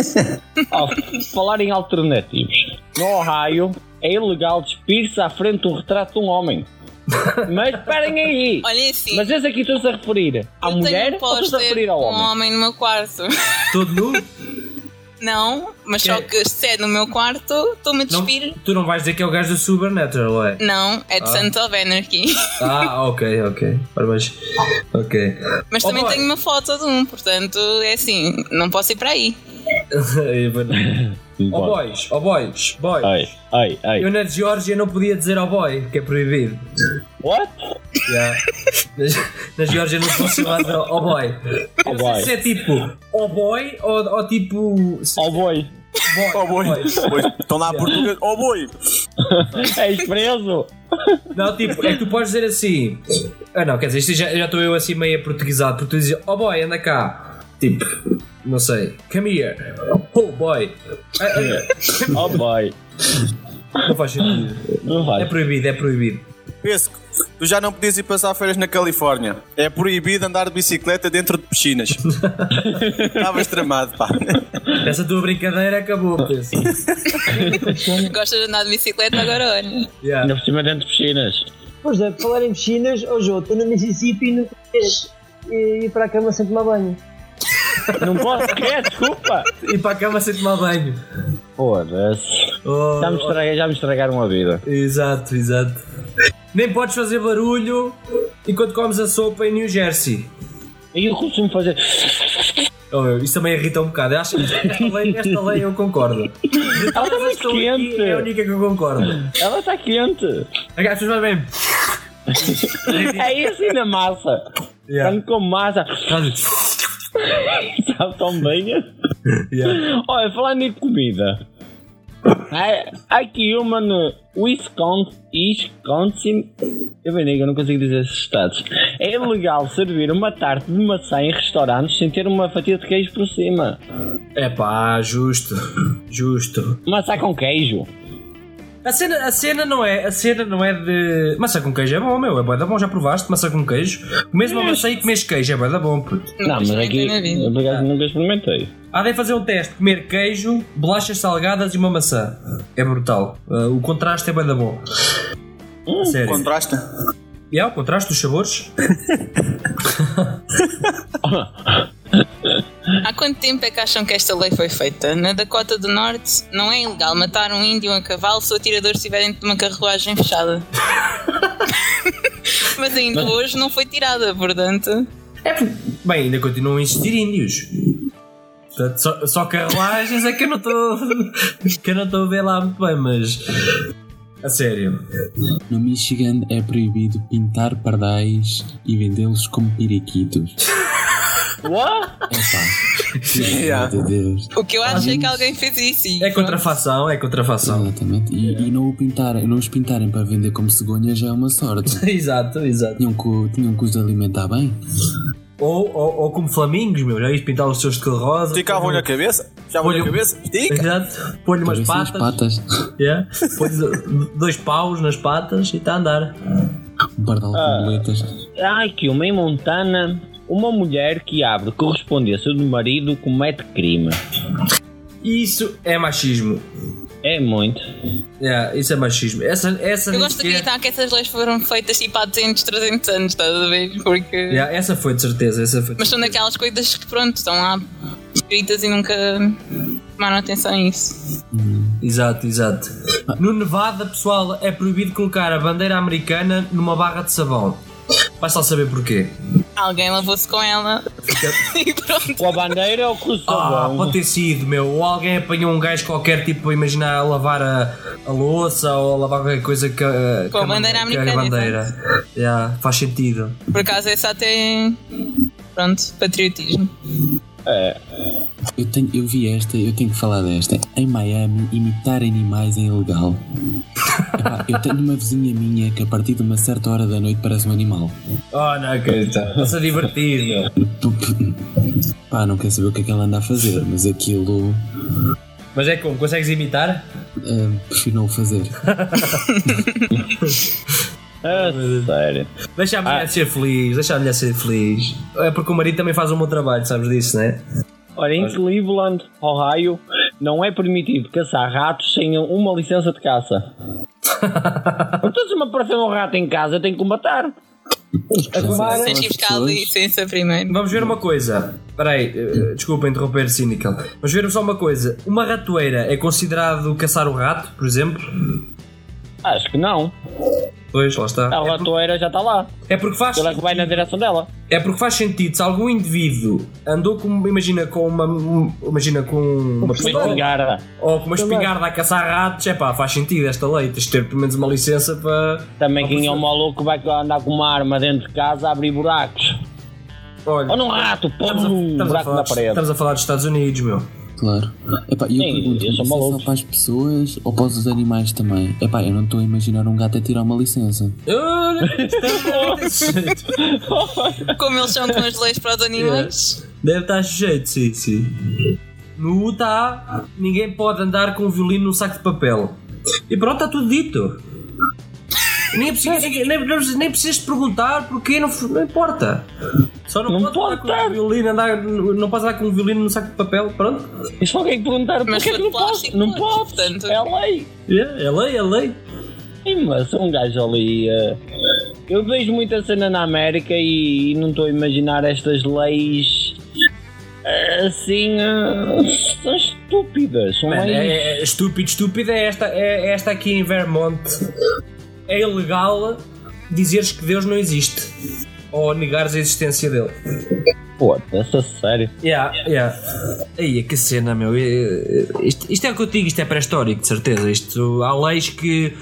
Ó, Oh, falar em alternativos. No Ohio é ilegal despir-se à frente de um retrato de um homem. Mas parem aí!
Olha assim.
Mas esse aqui estou-se a referir à mulher
Tenho um
ou estou-se
póster
a referir
de
ao
um
homem?
homem no meu quarto.
Todo nu?
Não, mas só
Que-
que se é no meu quarto, estou-me
Não,
a despir.
tu não vais dizer que é o gajo do Supernatural, ou é?
Não, é de
Ah.
Santa of Anarchy.
Ah, ok, ok. Ora, mas. Ok.
Mas também tenho uma foto de um, portanto, é assim, não posso ir para aí.
É verdade. oh
Bora.
boys, oh boys, boys. Eu na Geórgia não podia dizer oh boy, que é proibido.
What?
Yeah. na, na Geórgia não se pode chamar de oh boy.
Oh
Eu
boy.
sei se é tipo oh boy ou, ou tipo.
Oh boy.
boy. Oh boy.
Pois, Estão lá portugueses. Oh boi!
És preso!
Não, tipo, é que tu podes dizer assim. Ah não, quer dizer, isto já já estou eu assim meio portuguesado, porque tu dizes oh boy, anda cá. Tipo, não sei. Come here. Oh boy. Ah, ah,
Oh boy.
Não faz sentido.
Não faz.
É proibido, é proibido.
Pesco, tu já não podias ir passar férias na Califórnia. É proibido andar de bicicleta dentro de piscinas. Estavas tramado, pá.
Essa tua brincadeira acabou, Pedro.
Gostas de andar de bicicleta agora, olha.
Ainda por cima dentro de piscinas.
Pois é, por falar em piscinas, ô Jô, estou no Mississippi e não queres eh, ir para a cama sem tomar banho.
Não posso, quer, desculpa!
Ir para a cama sem tomar banho.
Foda-se.
Oh,
Já me estraga- já me estragaram a vida.
Exato, exato. Nem podes fazer barulho enquanto comes a sopa em New Jersey.
E eu costumo fazer.
Oh, meu, isso também irrita um bocado. Eu Acho que esta lei, esta lei eu concordo. De todas as que estão aqui,
tá quente.
É a única que eu concordo.
Ela está quente.
As pessoas vai bem.
É isso e na massa. Quando com massa. Sabe tão bem. Olha, falando em comida. Há- Há aqui uma no Wisconsin, Wisconsin. Eu bem digo, eu não consigo dizer esses estados. É ilegal servir uma tarte de maçã em restaurantes sem ter uma fatia de queijo por cima.
É pá, justo. Justo.
Maçã com queijo.
A cena, a cena não é, a cena não é de. Maçã com queijo é bom, meu, é bué da bom, já provaste maçã com queijo? Mesmo uma maçã e comes queijo é bué da bom, puto.
Não, mas aqui.
tá.
Obrigado, nunca experimentei.
Há de fazer um teste, comer queijo, bolachas salgadas e uma maçã. É brutal. Ah, o contraste é bué da bom. Sério.
Contraste?
E há o contraste dos sabores?
Há quanto tempo é que acham que esta lei foi feita? Na Dakota do Norte não é ilegal matar um índio a cavalo se o atirador estiver dentro de uma carruagem fechada. Mas ainda hoje não foi tirada, portanto.
Bem, ainda continuam a existir índios. Portanto, só, só carruagens é que eu não estou. que eu não estou a ver lá muito bem, mas. A sério.
No Michigan é proibido pintar pardais e vendê-los como periquitos. É
What?
Meu Deus.
O que eu acho é que alguém fez isso. e
É contrafação, é contrafação.
Exatamente. E, e não, o pintar, não os pintarem para vender como cegonhas já é uma sorte.
exato, exato.
Tinham que, tinham que os alimentar bem.
Ou, ou, ou como flamingos, meu, já ias pintar os seus de cor rosa.
Esticavam-lhe a cabeça, puxavam-lhe a
Põe-lhe-
cabeça, estica.
Exato. Põe-lhe umas
Cabeça nas
patas. Yeah. Põe É? dois paus nas patas e está a andar.
Um pardal
Ah.
com boletas.
Há aqui uma em Montana, uma mulher que abre correspondência do marido comete crime.
Isso é machismo.
É muito.
Yeah, isso é machismo. Essa, essa
Eu
nem
gosto de
sequer-
acreditar que essas leis foram feitas tipo há 200, 300 anos, estás a ver? Porque...
Yeah, É, essa foi de certeza. Essa foi de
Mas são daquelas coisas que, pronto, estão lá escritas e nunca tomaram atenção a isso.
Exato, exato. No Nevada, pessoal, é proibido colocar a bandeira americana numa barra de sabão. Vai só saber porquê.
Alguém lavou-se com ela e pronto.
Com a bandeira ou com o
Ah,
sabão?
pode ter sido, meu. Ou alguém apanhou um gajo qualquer, tipo, imaginar a lavar a, a louça ou a lavar qualquer coisa que, a-
Com a bandeira
que
americana, então.
a bandeira. Yeah, faz sentido.
Por acaso, essa até. Pronto, patriotismo.
Eu, tenho, eu vi esta, eu tenho que falar desta. Em Miami, imitar animais é ilegal. Epá, eu tenho uma vizinha minha que a partir de uma certa hora da noite parece um animal.
Oh, não acredito. Está-se a divertir, meu.
Pá, não quero saber o que é que ela anda a fazer, mas aquilo
Mas é como? Consegues imitar?
ah, prefiro não o fazer.
Ah, sério.
Deixa a mulher ser feliz, deixa a mulher ser feliz. É porque o marido também faz um bom trabalho, sabes disso, né?
Ora, em Cleveland, Ohio, não é permitido caçar ratos sem uma licença de caça. então, se me aparecer um rato em casa, eu tenho que o matar.
Agora-
Tens que ir buscar a licença primeiro.
Vamos ver uma coisa. Espera aí, eh, desculpa interromper, Cynical. Vamos ver só uma coisa. Uma ratoeira é considerado caçar o rato, por exemplo?
Acho que não.
Pois, lá está.
A ratoeira já está Ah, lá.
É porque faz,
Ela que vai na direção dela.
é porque faz sentido. Se algum indivíduo andou com, imagina, com uma, imagina, com uma
Uma
pistola
espingarda.
ou com uma espingarda a caçar ratos, é pá, faz sentido esta lei. Tens de ter pelo menos uma licença para.
Ah,
Também quem é um
Opa,
maluco que vai andar com uma arma dentro de casa a abrir buracos.
Olha,
Ou num rato, pô,
estamos a,
um
estamos a
buraco
falar,
na
dos-
parede.
estamos a falar dos Estados Unidos, meu.
Claro. Epá, e eu
Sim,
pergunto,
eu
isso
sou
é só
maluco.
para as pessoas ou para os animais também? Epá, eu não estou a imaginar um gato a tirar uma licença.
Olha, um
Como eles são com as leis para os animais.
Deve estar sujeito, sim, sim. No Utah, ninguém pode andar com um violino num saco de papel. E pronto, está tudo dito. Nem precisas, nem, nem precisas- nem precisas perguntar porque não, f- não importa. Só não,
Não
pode andar
pode
com
estar.
um violino, andar, não podes andar com um violino num saco de papel, pronto.
E se alguém perguntar
Mas foi
porquê que não
de
posso?
plástico,
Não
pô,
posso.
portanto.
É lei.
Yeah, é lei, é lei.
Sim, mas um gajo ali. eh, eu vejo muita cena na América e, e não estou a imaginar estas leis. eh, Assim. eh, são estúpidas. São
Mano,
leis.
é, é estúpido, estúpido é esta, é esta aqui em Vermont. É ilegal dizeres que Deus não existe ou negares a existência dele.
Foda-se, a sério.
Yeah, yeah. Aí, que cena, meu. Eh, Isto, isto é o que eu digo, isto é pré-histórico, de certeza. Isto, há leis que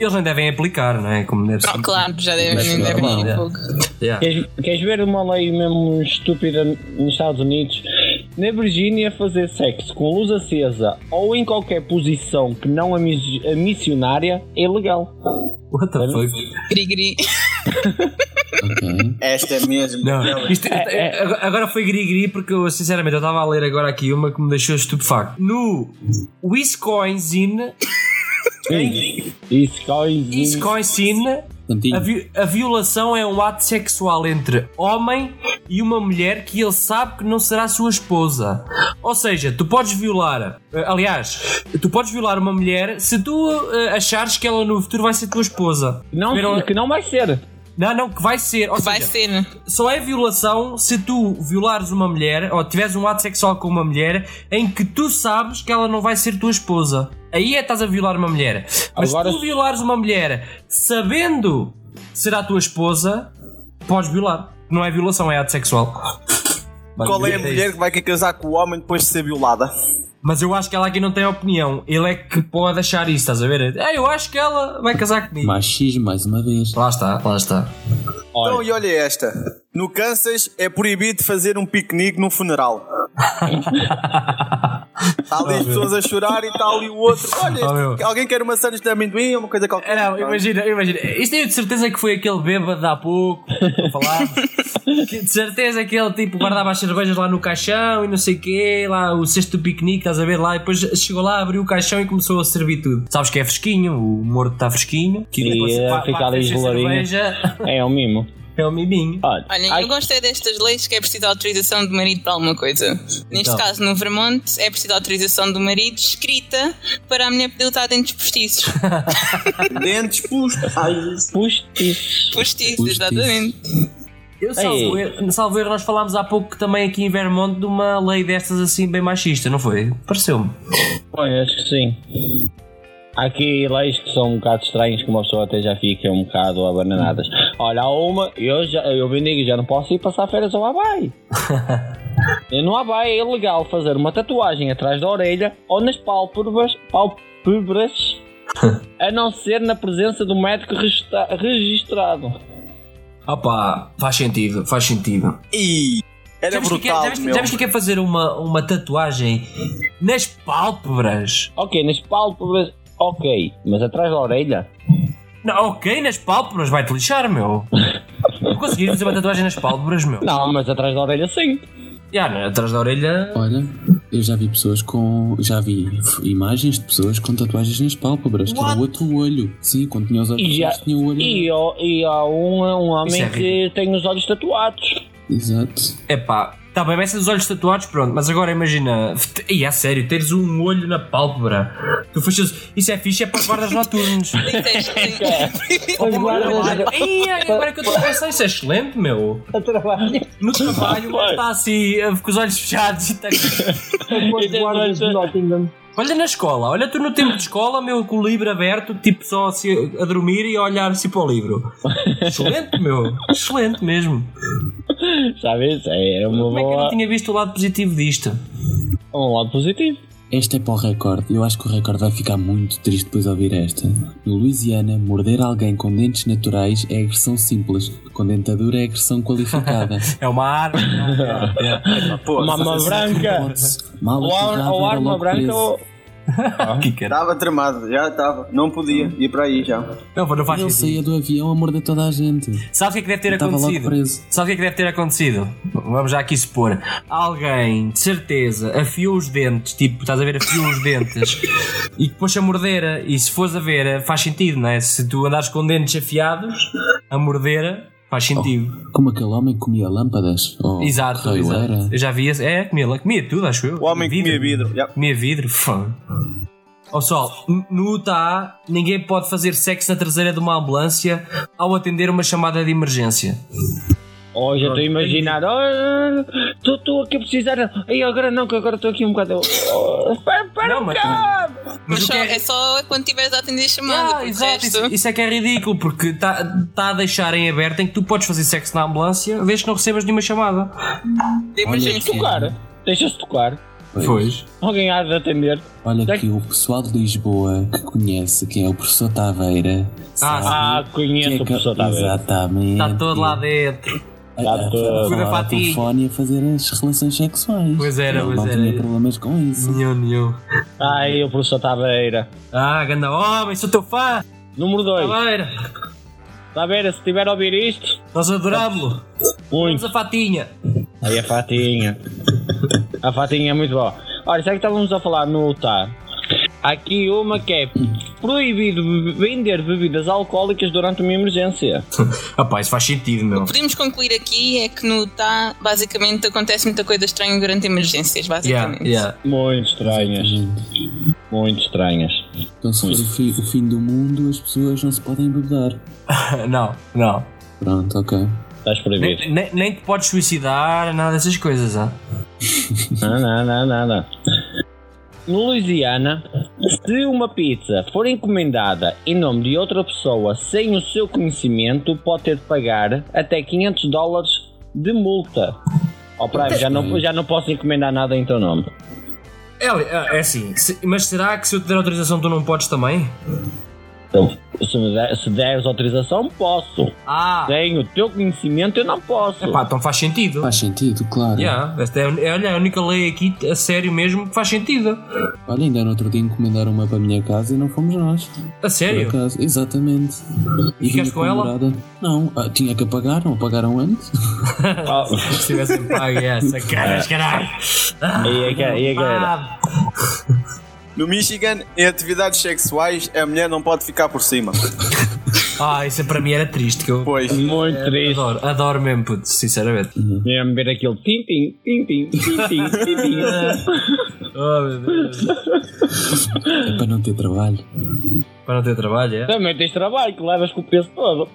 eles nem devem aplicar, não é? Como deve ser.
Ah, claro, já devem
Mas
nem devem
normal,
ir um
é.
pouco.
Yeah.
Queres, queres ver uma lei mesmo estúpida nos Estados Unidos? Na Virgínia, fazer sexo com luz acesa ou em qualquer posição que não a, mis- a missionária é ilegal.
What the fuck?
Gri-gri.
Ok.
Esta é mesmo.
Não, É, isto- agora- agora foi gri-gri porque eu, sinceramente, eu estava a ler agora aqui uma que me deixou estupefacto. No Wisconsin,
Isso, coisinha.
Wisconsin a,
Tantinho.
vi- a violação é um ato sexual entre homem e uma mulher que ele sabe que não será sua esposa. Ou seja, tu podes violar, eh, aliás, tu podes violar uma mulher se tu eh, achares que ela no futuro vai ser tua esposa.
Não,
Viram-
que não vai ser.
não, não, que vai ser. Ou
Vai
seja,
ser.
só é violação se tu violares uma mulher ou tiveres um ato sexual com uma mulher em que tu sabes que ela não vai ser tua esposa. Aí é que estás a violar uma mulher. Mas
Agora-
se tu violares uma mulher sabendo que será tua esposa, podes violar. Não é violação, é ato sexual.
Qual é a
Basicamente é
mulher que vai querer casar com o homem depois de ser violada?
Mas eu acho que ela aqui não tem opinião. Ele é que pode achar isso, estás a ver? É, eu acho que ela vai casar comigo.
Machismo, mais uma vez.
Lá está, lá está.
Então, e olha esta. No Kansas é proibido fazer um piquenique num funeral. Está ali as pessoas a chorar e está ali o outro. Olha,
Oh, meu.
este- alguém quer uma sandes de amendoim ou uma coisa qualquer? Não,
É, Imagina, imagina. Isto tenho de certeza que foi aquele bêbado de há pouco, que eu falava. Que de certeza que ele tipo guardava as cervejas lá no caixão e não sei o quê, lá o sexto piquenique, estás a ver lá, e depois chegou lá, abriu o caixão e começou a servir tudo. Sabes que é fresquinho, o morto está fresquinho. Que depois
E
pá-
eh,
pá,
fica ali
fez a
geladinho.
cerveja.
É o mimo.
É o miminho.
Olha,
Olhem, eu gostei destas leis que é preciso autorização do marido para alguma coisa. Neste
Então.
caso, no Vermont, é preciso autorização do marido escrita para a mulher poder usar dentes postiços.
Dentes postiços.
Postiços.
Postiços, exatamente.
Eu salvo erro, salvo erro, nós falámos há pouco também aqui em Vermont de uma lei destas assim bem machista, não foi? Pareceu-me.
Bom, acho que sim. Há aqui leis que são um bocado estranhas, que uma pessoa até já fica um bocado abananadas. Olha, há uma, eu, já, eu bendigo, já não posso ir passar férias ao Havaí. no Havaí é ilegal fazer uma tatuagem atrás da orelha ou nas pálpebras, pálpebras a não ser na presença do médico resta- registrado.
Opa, faz sentido, faz sentido.
E era
já viste é que-
brutal,
já viste-
meu.
já viste que quer fazer uma, uma tatuagem nas pálpebras?
Ok, nas pálpebras, ok, mas atrás da orelha?
Não, ok, nas pálpebras, vai-te lixar, meu. Não conseguires fazer uma tatuagem nas pálpebras, meu.
Não, mas atrás da orelha sim.
Já, né, atrás da orelha.
Olha, eu já vi pessoas com. Já vi f- imagens de pessoas com tatuagens nas pálpebras, que era o outro olho. Sim, quando tinha os olhos
E, já,
fechados, tinha o olho.
e, ó- e há um, um homem
Isso é
que tem os olhos tatuados.
Exato.
Epá, tá bem, vai ser os olhos tatuados, pronto, mas agora imagina. E é sério, teres um olho na pálpebra. Tu fechas. Isso é fixe, é para os guardas noturnos.
é assim.
Ou para o trabalho. Ih, agora que eu estou a pensar, isso é excelente, meu.
A trabalho.
No trabalho, lá está assim, eh, com os olhos fechados e está.
guardas
então,
de Nottingham.
Olha na escola, olha tu no tempo de escola, meu, com o livro aberto, tipo só assim, a dormir e a olhar assim para o livro. Excelente, meu, excelente mesmo.
Sabes? É uma
Como é que eu não tinha visto o lado positivo disto?
Um lado positivo.
Esta é para o recorde. Eu acho que o recorde vai ficar muito triste depois de ouvir esta. No Louisiana, morder alguém com dentes naturais é agressão simples. Com dentadura é agressão qualificada.
É uma é? arma.
Mama branca.
Mal
Ou, ar-
atirado
ou
era
arma
logo
branca
preso.
ou.
é.
Estava tramado, já estava. Não podia ir para aí já.
Não, não faz
Ele saía é do avião a morder toda a gente.
Sabe o que é que deve ter
Estava logo
acontecido?
preso.
Sabe o que é que deve ter acontecido? Vamos já aqui supor. Alguém, de certeza, afiou os dentes, tipo, estás a ver, afiou os dentes e depois a mordeira. E se fores a ver, faz sentido, não é? Se tu andares com dentes afiados, a mordeira faz sentido.
Como aquele homem que comia lâmpadas. Ou
Exato,
raio
exato.
Oh, era.
Eu já vi esse. É, comia, comia tudo, acho eu. O homem comia vidro. Comia vidro, fã. Ó pessoal, n- no Utah, ninguém pode fazer sexo na traseira de uma ambulância ao atender uma chamada de emergência.
Ou já estou a imaginar. Estou "Ah, aqui a precisar. E agora não, que agora estou aqui um bocado. Oh, Espera, espera um bocado.
Mas só, é só quando tiveres a atender chamada.
Ah,
porque o
exato,
resto-
isso, isso é que é ridículo, porque está tá a deixar em aberto em que tu podes fazer sexo na ambulância desde que não recebas nenhuma chamada.
Deixa-se tocar. Deixa-se tocar.
Pois.
Alguém há de atender.
Olha que o pessoal de Lisboa que conhece, que é o professor Taveira. sabe
Ah,
que é
conheço
que-
o pessoal, está a ver.
Exatamente.
Está Tá todo lá dentro.
Está
todo. Fui da
todo.
fatia.
telefone a fazer as relações sexuais.
Pois era,
Não,
pois
não
era. Hum.
tinha problemas com isso.
Nenhum, nenhum.
Ai, o professor Taveira.
Ah, ganda homem, sou teu fã.
Número 2.
Taveira.
Taveira, se tiver a ouvir isto.
Nós adorámos-lo.
Muito.
Vamos a fatinha.
Aí a fatinha. A fatinha é muito boa. Olha, já que estávamos a falar no Utah, há aqui uma que é proibido be- vender bebidas alcoólicas durante uma emergência.
Rapaz, isso faz sentido, meu.
Podemos concluir aqui é que no Utah, basicamente, acontece muita coisa estranha durante emergências, basicamente.
Muito estranhas. Muito estranhas.
Então, se for o, fi- o fim do mundo, as pessoas não se podem bebedar.
não, não.
Pronto, ok.
Então-
Estás proibido.
Nem, nem, nem te podes suicidar, nada dessas coisas, ah.
Não, não, não, não, não. No Louisiana, se uma pizza for encomendada em nome de outra pessoa sem o seu conhecimento, pode ter de pagar até 500 dólares de multa. Ó, Prime,
Então,
já
hum.
não, já não posso encomendar nada em teu nome.
É, ali- é assim, se- mas será que se eu te der autorização tu não podes também?
Então, se, me der- se deres autorização, posso.
Ah.
Tenho o teu conhecimento, eu não posso.
Epá, então faz sentido.
Faz sentido, claro.
Yeah, esta é, é, olha, a única lei aqui, a sério mesmo, que faz sentido.
Olha, ainda no outro dia encomendaram uma para a minha casa e não fomos nós.
A sério?
Por acaso, exatamente. E
Ficaste
vinha
com ela?
namorada. Não, ah, tinha que apagar, não apagaram antes.
se tivessem pago, é, sacanas, caralho. Ah,
E a ca- e a galera?
No Michigan, em atividades sexuais, a mulher não pode ficar por cima.
Ah, isso para mim era triste. Que eu,
pois.
Muito
é,
triste.
Adoro, adoro mesmo, puto, sinceramente.
Mesmo ver aquele tim-tim, tim-tim, tim-tim, tim-tim.
Oh, meu Deus.
É para não ter trabalho.
Para não ter trabalho, é?
Também tens trabalho que levas com o peso todo.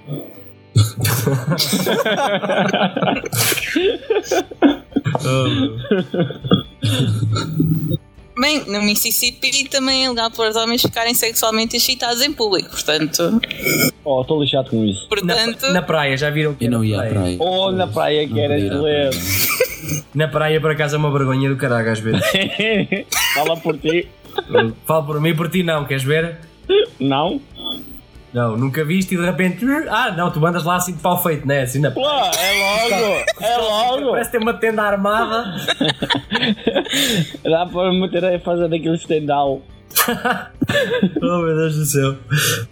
Bem, no Mississippi também é legal para os homens ficarem sexualmente excitados em público, portanto.
Oh, estou lixado com isso.
Portanto.
Na praia, já viram que Eu não ia praia.
Oh, na praia que era excelente.
Na praia, por acaso, é uma vergonha do caralho, às vezes.
Fala por ti.
Fala por mim, por ti não, queres ver?
Não?
Não, nunca viste e de repente. Ah, não, tu mandas lá assim de pau feito, né? Assim na
Pá, é logo, é logo.
Parece ter uma tenda armada.
Dá para meter a fazer daquele estendal.
Oh meu Deus do céu.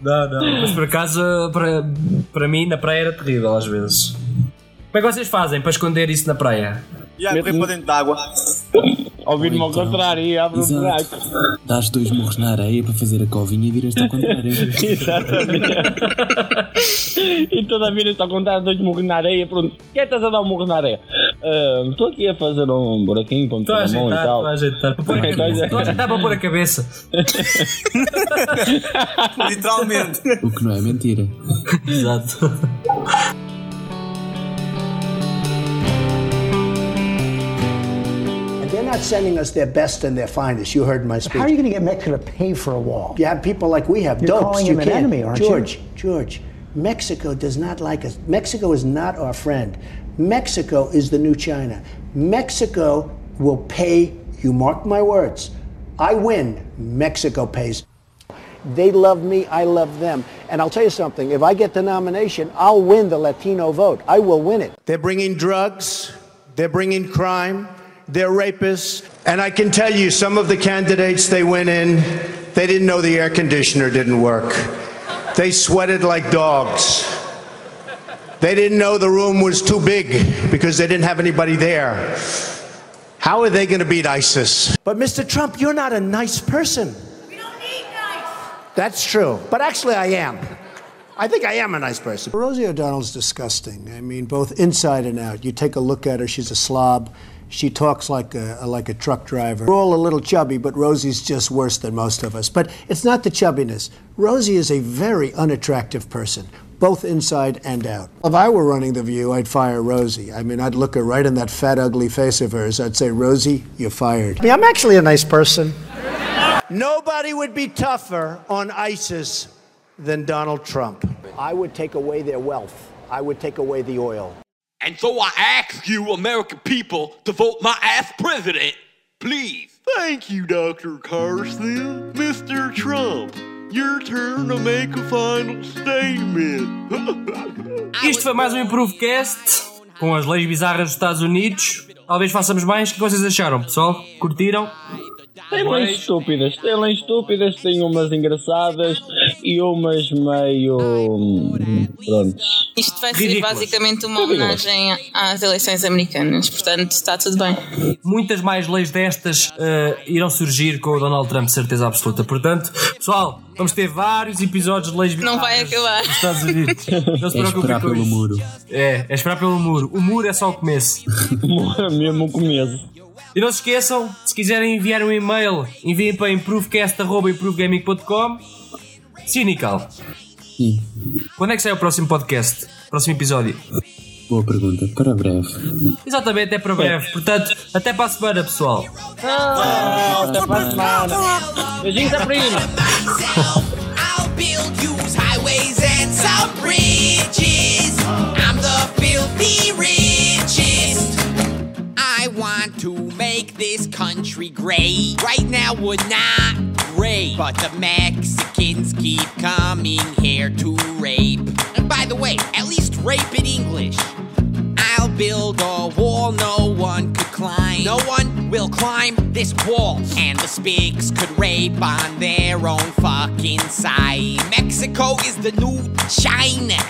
Não, não. Mas por acaso, para, para mim, na praia era terrível às vezes. Como é que vocês fazem para esconder isso na praia?
E a correr para dentro d'água.
Ouvir-me ao contrário e abre um
Exato.
buraco.
Dás dois murros na areia para fazer a covinha e viras-te ao contrário.
Exatamente. e toda a vida estou a contar dois murros na areia. Pronto, quem estás a dar um murro na areia? Ah, Estou aqui a fazer um buraquinho para meter
Estou a
a mão e
ajeitar,
tal.
estou a tá ajeitar. Para pôr a
é.
cabeça. Estou a ajeitar para pôr a cabeça.
Literalmente.
o que não é mentira.
Exato.
And They're not sending us their best and their finest. You heard my speech. How are you going to get Mexico to pay for a wall? You have people like we have.
You're
dopes.
calling
you
him an
can't.
enemy, aren't you?
George, George, Mexico does not like us. Mexico is not our friend. Mexico is the new China. Mexico will pay. You mark my words. I win. Mexico pays.
They love me, I love them.
And I'll tell you something, if I get the nomination, I'll win the Latino vote. I will win it.
They're bringing drugs, they're bringing crime, they're rapists. And I can tell you, some of the candidates they went in, they didn't know the air conditioner didn't work. They sweated like dogs. They didn't know the room was too big because they didn't have anybody there. How are they going to beat ISIS?
But Mr. Trump, you're not a nice person. That's true. But actually, I am. I think I am a nice person. Rosie O'Donnell's disgusting. I mean, both inside and out. You take a look at her, she's a slob. She talks like a, like a truck driver. We're all a little chubby, but Rosie's just worse than most of us. But it's not the chubbiness. Rosie is a very unattractive person, both inside and out. If I were running The View, I'd fire Rosie. I mean, I'd look her right in that fat, ugly face of hers. I'd say, Rosie, you're fired. I mean, I'm actually a nice person.
Nobody would be tougher on ISIS than Donald Trump.
I would take away their wealth. I would take away the oil.
And so I ask you, American people, to vote my ass president, please. Thank you, Dr. Carson. Mr. Trump, your turn to make a final statement.
Isto foi mais um Improvecast com as leis bizarras dos Estados Unidos. Talvez façamos mais. O que vocês acharam, pessoal? Curtiram?
Tem leis estúpidas, tem leis estúpidas, tem umas engraçadas e umas meio. hum, Pronto.
Isto vai ser
Ridículas.
basicamente uma
Ridículas.
homenagem às eleições americanas, portanto está tudo bem.
Muitas mais leis destas eh, irão surgir com o Donald Trump, certeza absoluta. Portanto, pessoal, vamos ter vários episódios de leis bizarras.
Não vai acabar.
dos Estados Unidos. Não se
É
preocupem
esperar
com
pelo
isso.
muro.
É, é esperar pelo muro. O muro é só o começo.
Mesmo o começo.
E não se esqueçam, se quiserem enviar um e-mail, enviem para improvecast.improvegaming.com. Sim, Nical.
Sim.
Quando é que sai o próximo podcast? Próximo episódio?
Boa pergunta, para breve.
Exatamente, é para breve. Portanto, até para a semana, pessoal.
Até para a semana. Beijinhos à prima.
I'll build use highways and some bridges. I'm the filthy richest. I
this country great. Right now we're not great, but the Mexicans keep coming here to rape. And by the way, at least rape in English. I'll build a wall no one could climb. No one will climb this wall. And the spigs could rape on their own fucking side. Mexico is the new China.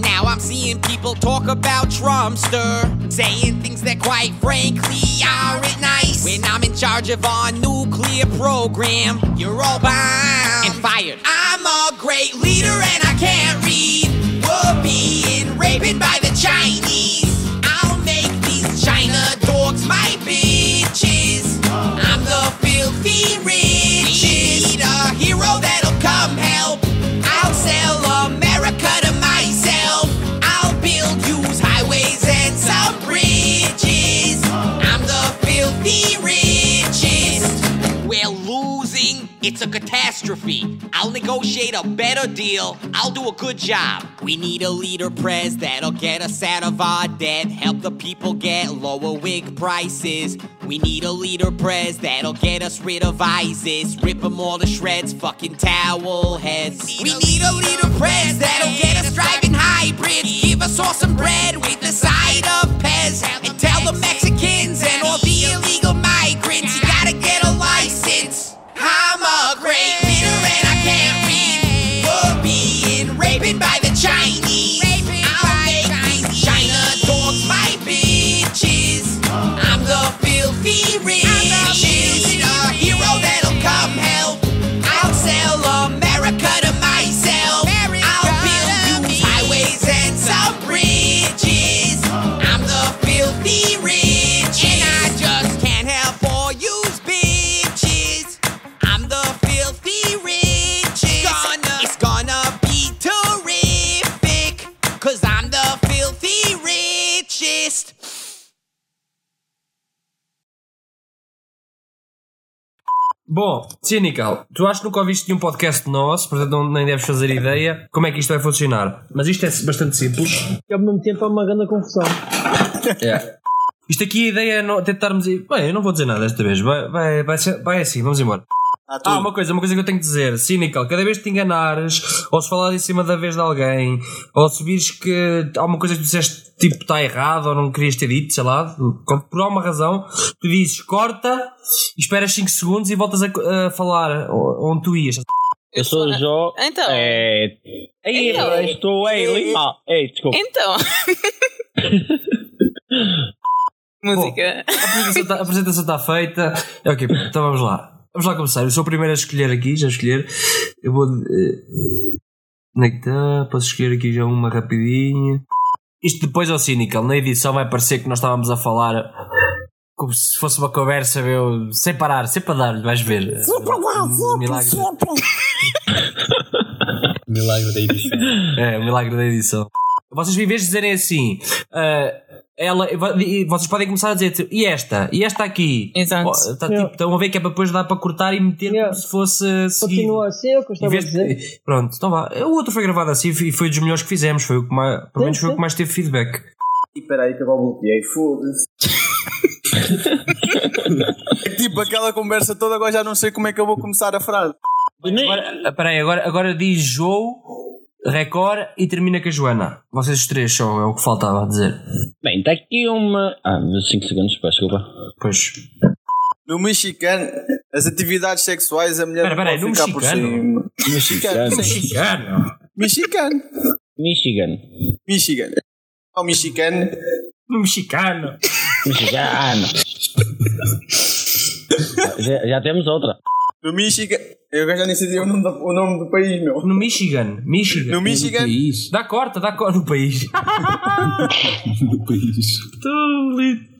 Now I'm seeing people talk about Trumpster, saying things that quite frankly aren't nice. When I'm in charge of our nuclear program, you're all bound and fired. I'm a great leader and I can't read. We're being raped by the Chinese. I'll make these China dogs my bitches. I'm the filthy rich. Need a hero that'll come help. I'll sell America to myself. I'll build use highways and some bridges. I'm the filthy richest. We're losing. It's a catastrophe. I'll negotiate a better deal. I'll do a good job. We need a leader, Prez, that'll get us out of our debt. Help the people get lower wig prices. We need a leader, Prez, that'll get us rid of ISIS. Rip them all to shreds, fucking towel heads. We need a leader, Prez, that'll get us driving hybrids. Give us all some bread with the side of Pez. And tell the Mexicans and all the illegal migrants, you gotta get a license. I'm a great leader and I can't read. We're being raped by the Chinese. I'll make these China dogs my bitches. I'm the filthy richest. A hero that'll come help. I'll sell America to myself. I'll build new highways and some bridges. I'm the filthy richest. And I just can't help all you bitches. I'm the filthy richest. Gonna, it's gonna be terrific. Cause I'm the filthy richest.
Bom, Cynical, tu acho que nunca ouviste nenhum podcast nosso, portanto não, nem deves fazer ideia como é que isto vai funcionar. Mas isto é bastante simples.
E ao mesmo tempo há uma grande confusão.
É. Isto aqui a ideia é nó- tentarmos ir. Bem, eu não vou dizer nada desta vez. Vai, vai, vai, ser- vai assim, vamos embora. Ah, uma coisa, uma coisa que eu tenho que dizer, Cynical, cada vez que te enganares, ou se falares em cima da vez de alguém, ou se vires que há uma coisa que tu disseste tipo está errado ou não querias ter dito, sei lá, por alguma razão, tu dizes corta, esperas 5 segundos e voltas a, co- a falar o- onde tu ias.
Eu sou o Jó.
Então.
É. Ei,
Então.
eu estou é, aí, Lima. Ei, desculpa.
Então. Música.
A apresentação está feita. É ok, então vamos lá. Vamos lá começar. Eu sou o primeiro a escolher aqui, já escolher. Eu vou. eh, Onde é que está? Posso escolher aqui já uma rapidinha. Isto depois ao Cynical, na edição vai parecer que nós estávamos a falar como se fosse uma conversa, meu, sem parar, sempre a dar-lhe, vais ver.
um
Milagre.
Milagre da edição.
É, o milagre da edição. Vocês em vez de dizerem assim, ah, ela, e vocês podem começar a dizer tipo, e esta, e esta aqui. Exato. Tá, tipo, estão a ver que é para depois dar para cortar e meter como se fosse ah, seguido.
Continua a ser o que eu
Em
estava a
vez
dizer.
de- Pronto, então vá. O outro foi gravado assim e foi dos melhores que fizemos. Foi o que mais, pelo menos foi o que mais teve feedback.
E peraí que eu balbuciei, foda-se. é tipo aquela conversa toda, agora já não sei como é que eu vou começar a frase.
Então.
Agora, ah, peraí, agora, agora diz Joe, Record e termina com a Joana. Vocês os três só, é o que faltava a dizer.
Bem, está aqui uma. Ah, 5 segundos, pá, desculpa.
Pois.
No mexicano, as atividades sexuais, a mulher
Pera, pera aí,
não
no
pode ficar
mexicano?
por cima. Mexicano.
Mexicano.
Mexicano.
Michigan.
Michigan. Oh, Ao mexicano.
No mexicano.
Mexicano. ah, já, já temos outra.
No Michigan. Eu já nem sei dizer o nome, do, o nome do país, meu.
No Michigan. Michigan.
No Michigan.
Dá corta, dá corta no país.
Do país.
Tão lindo.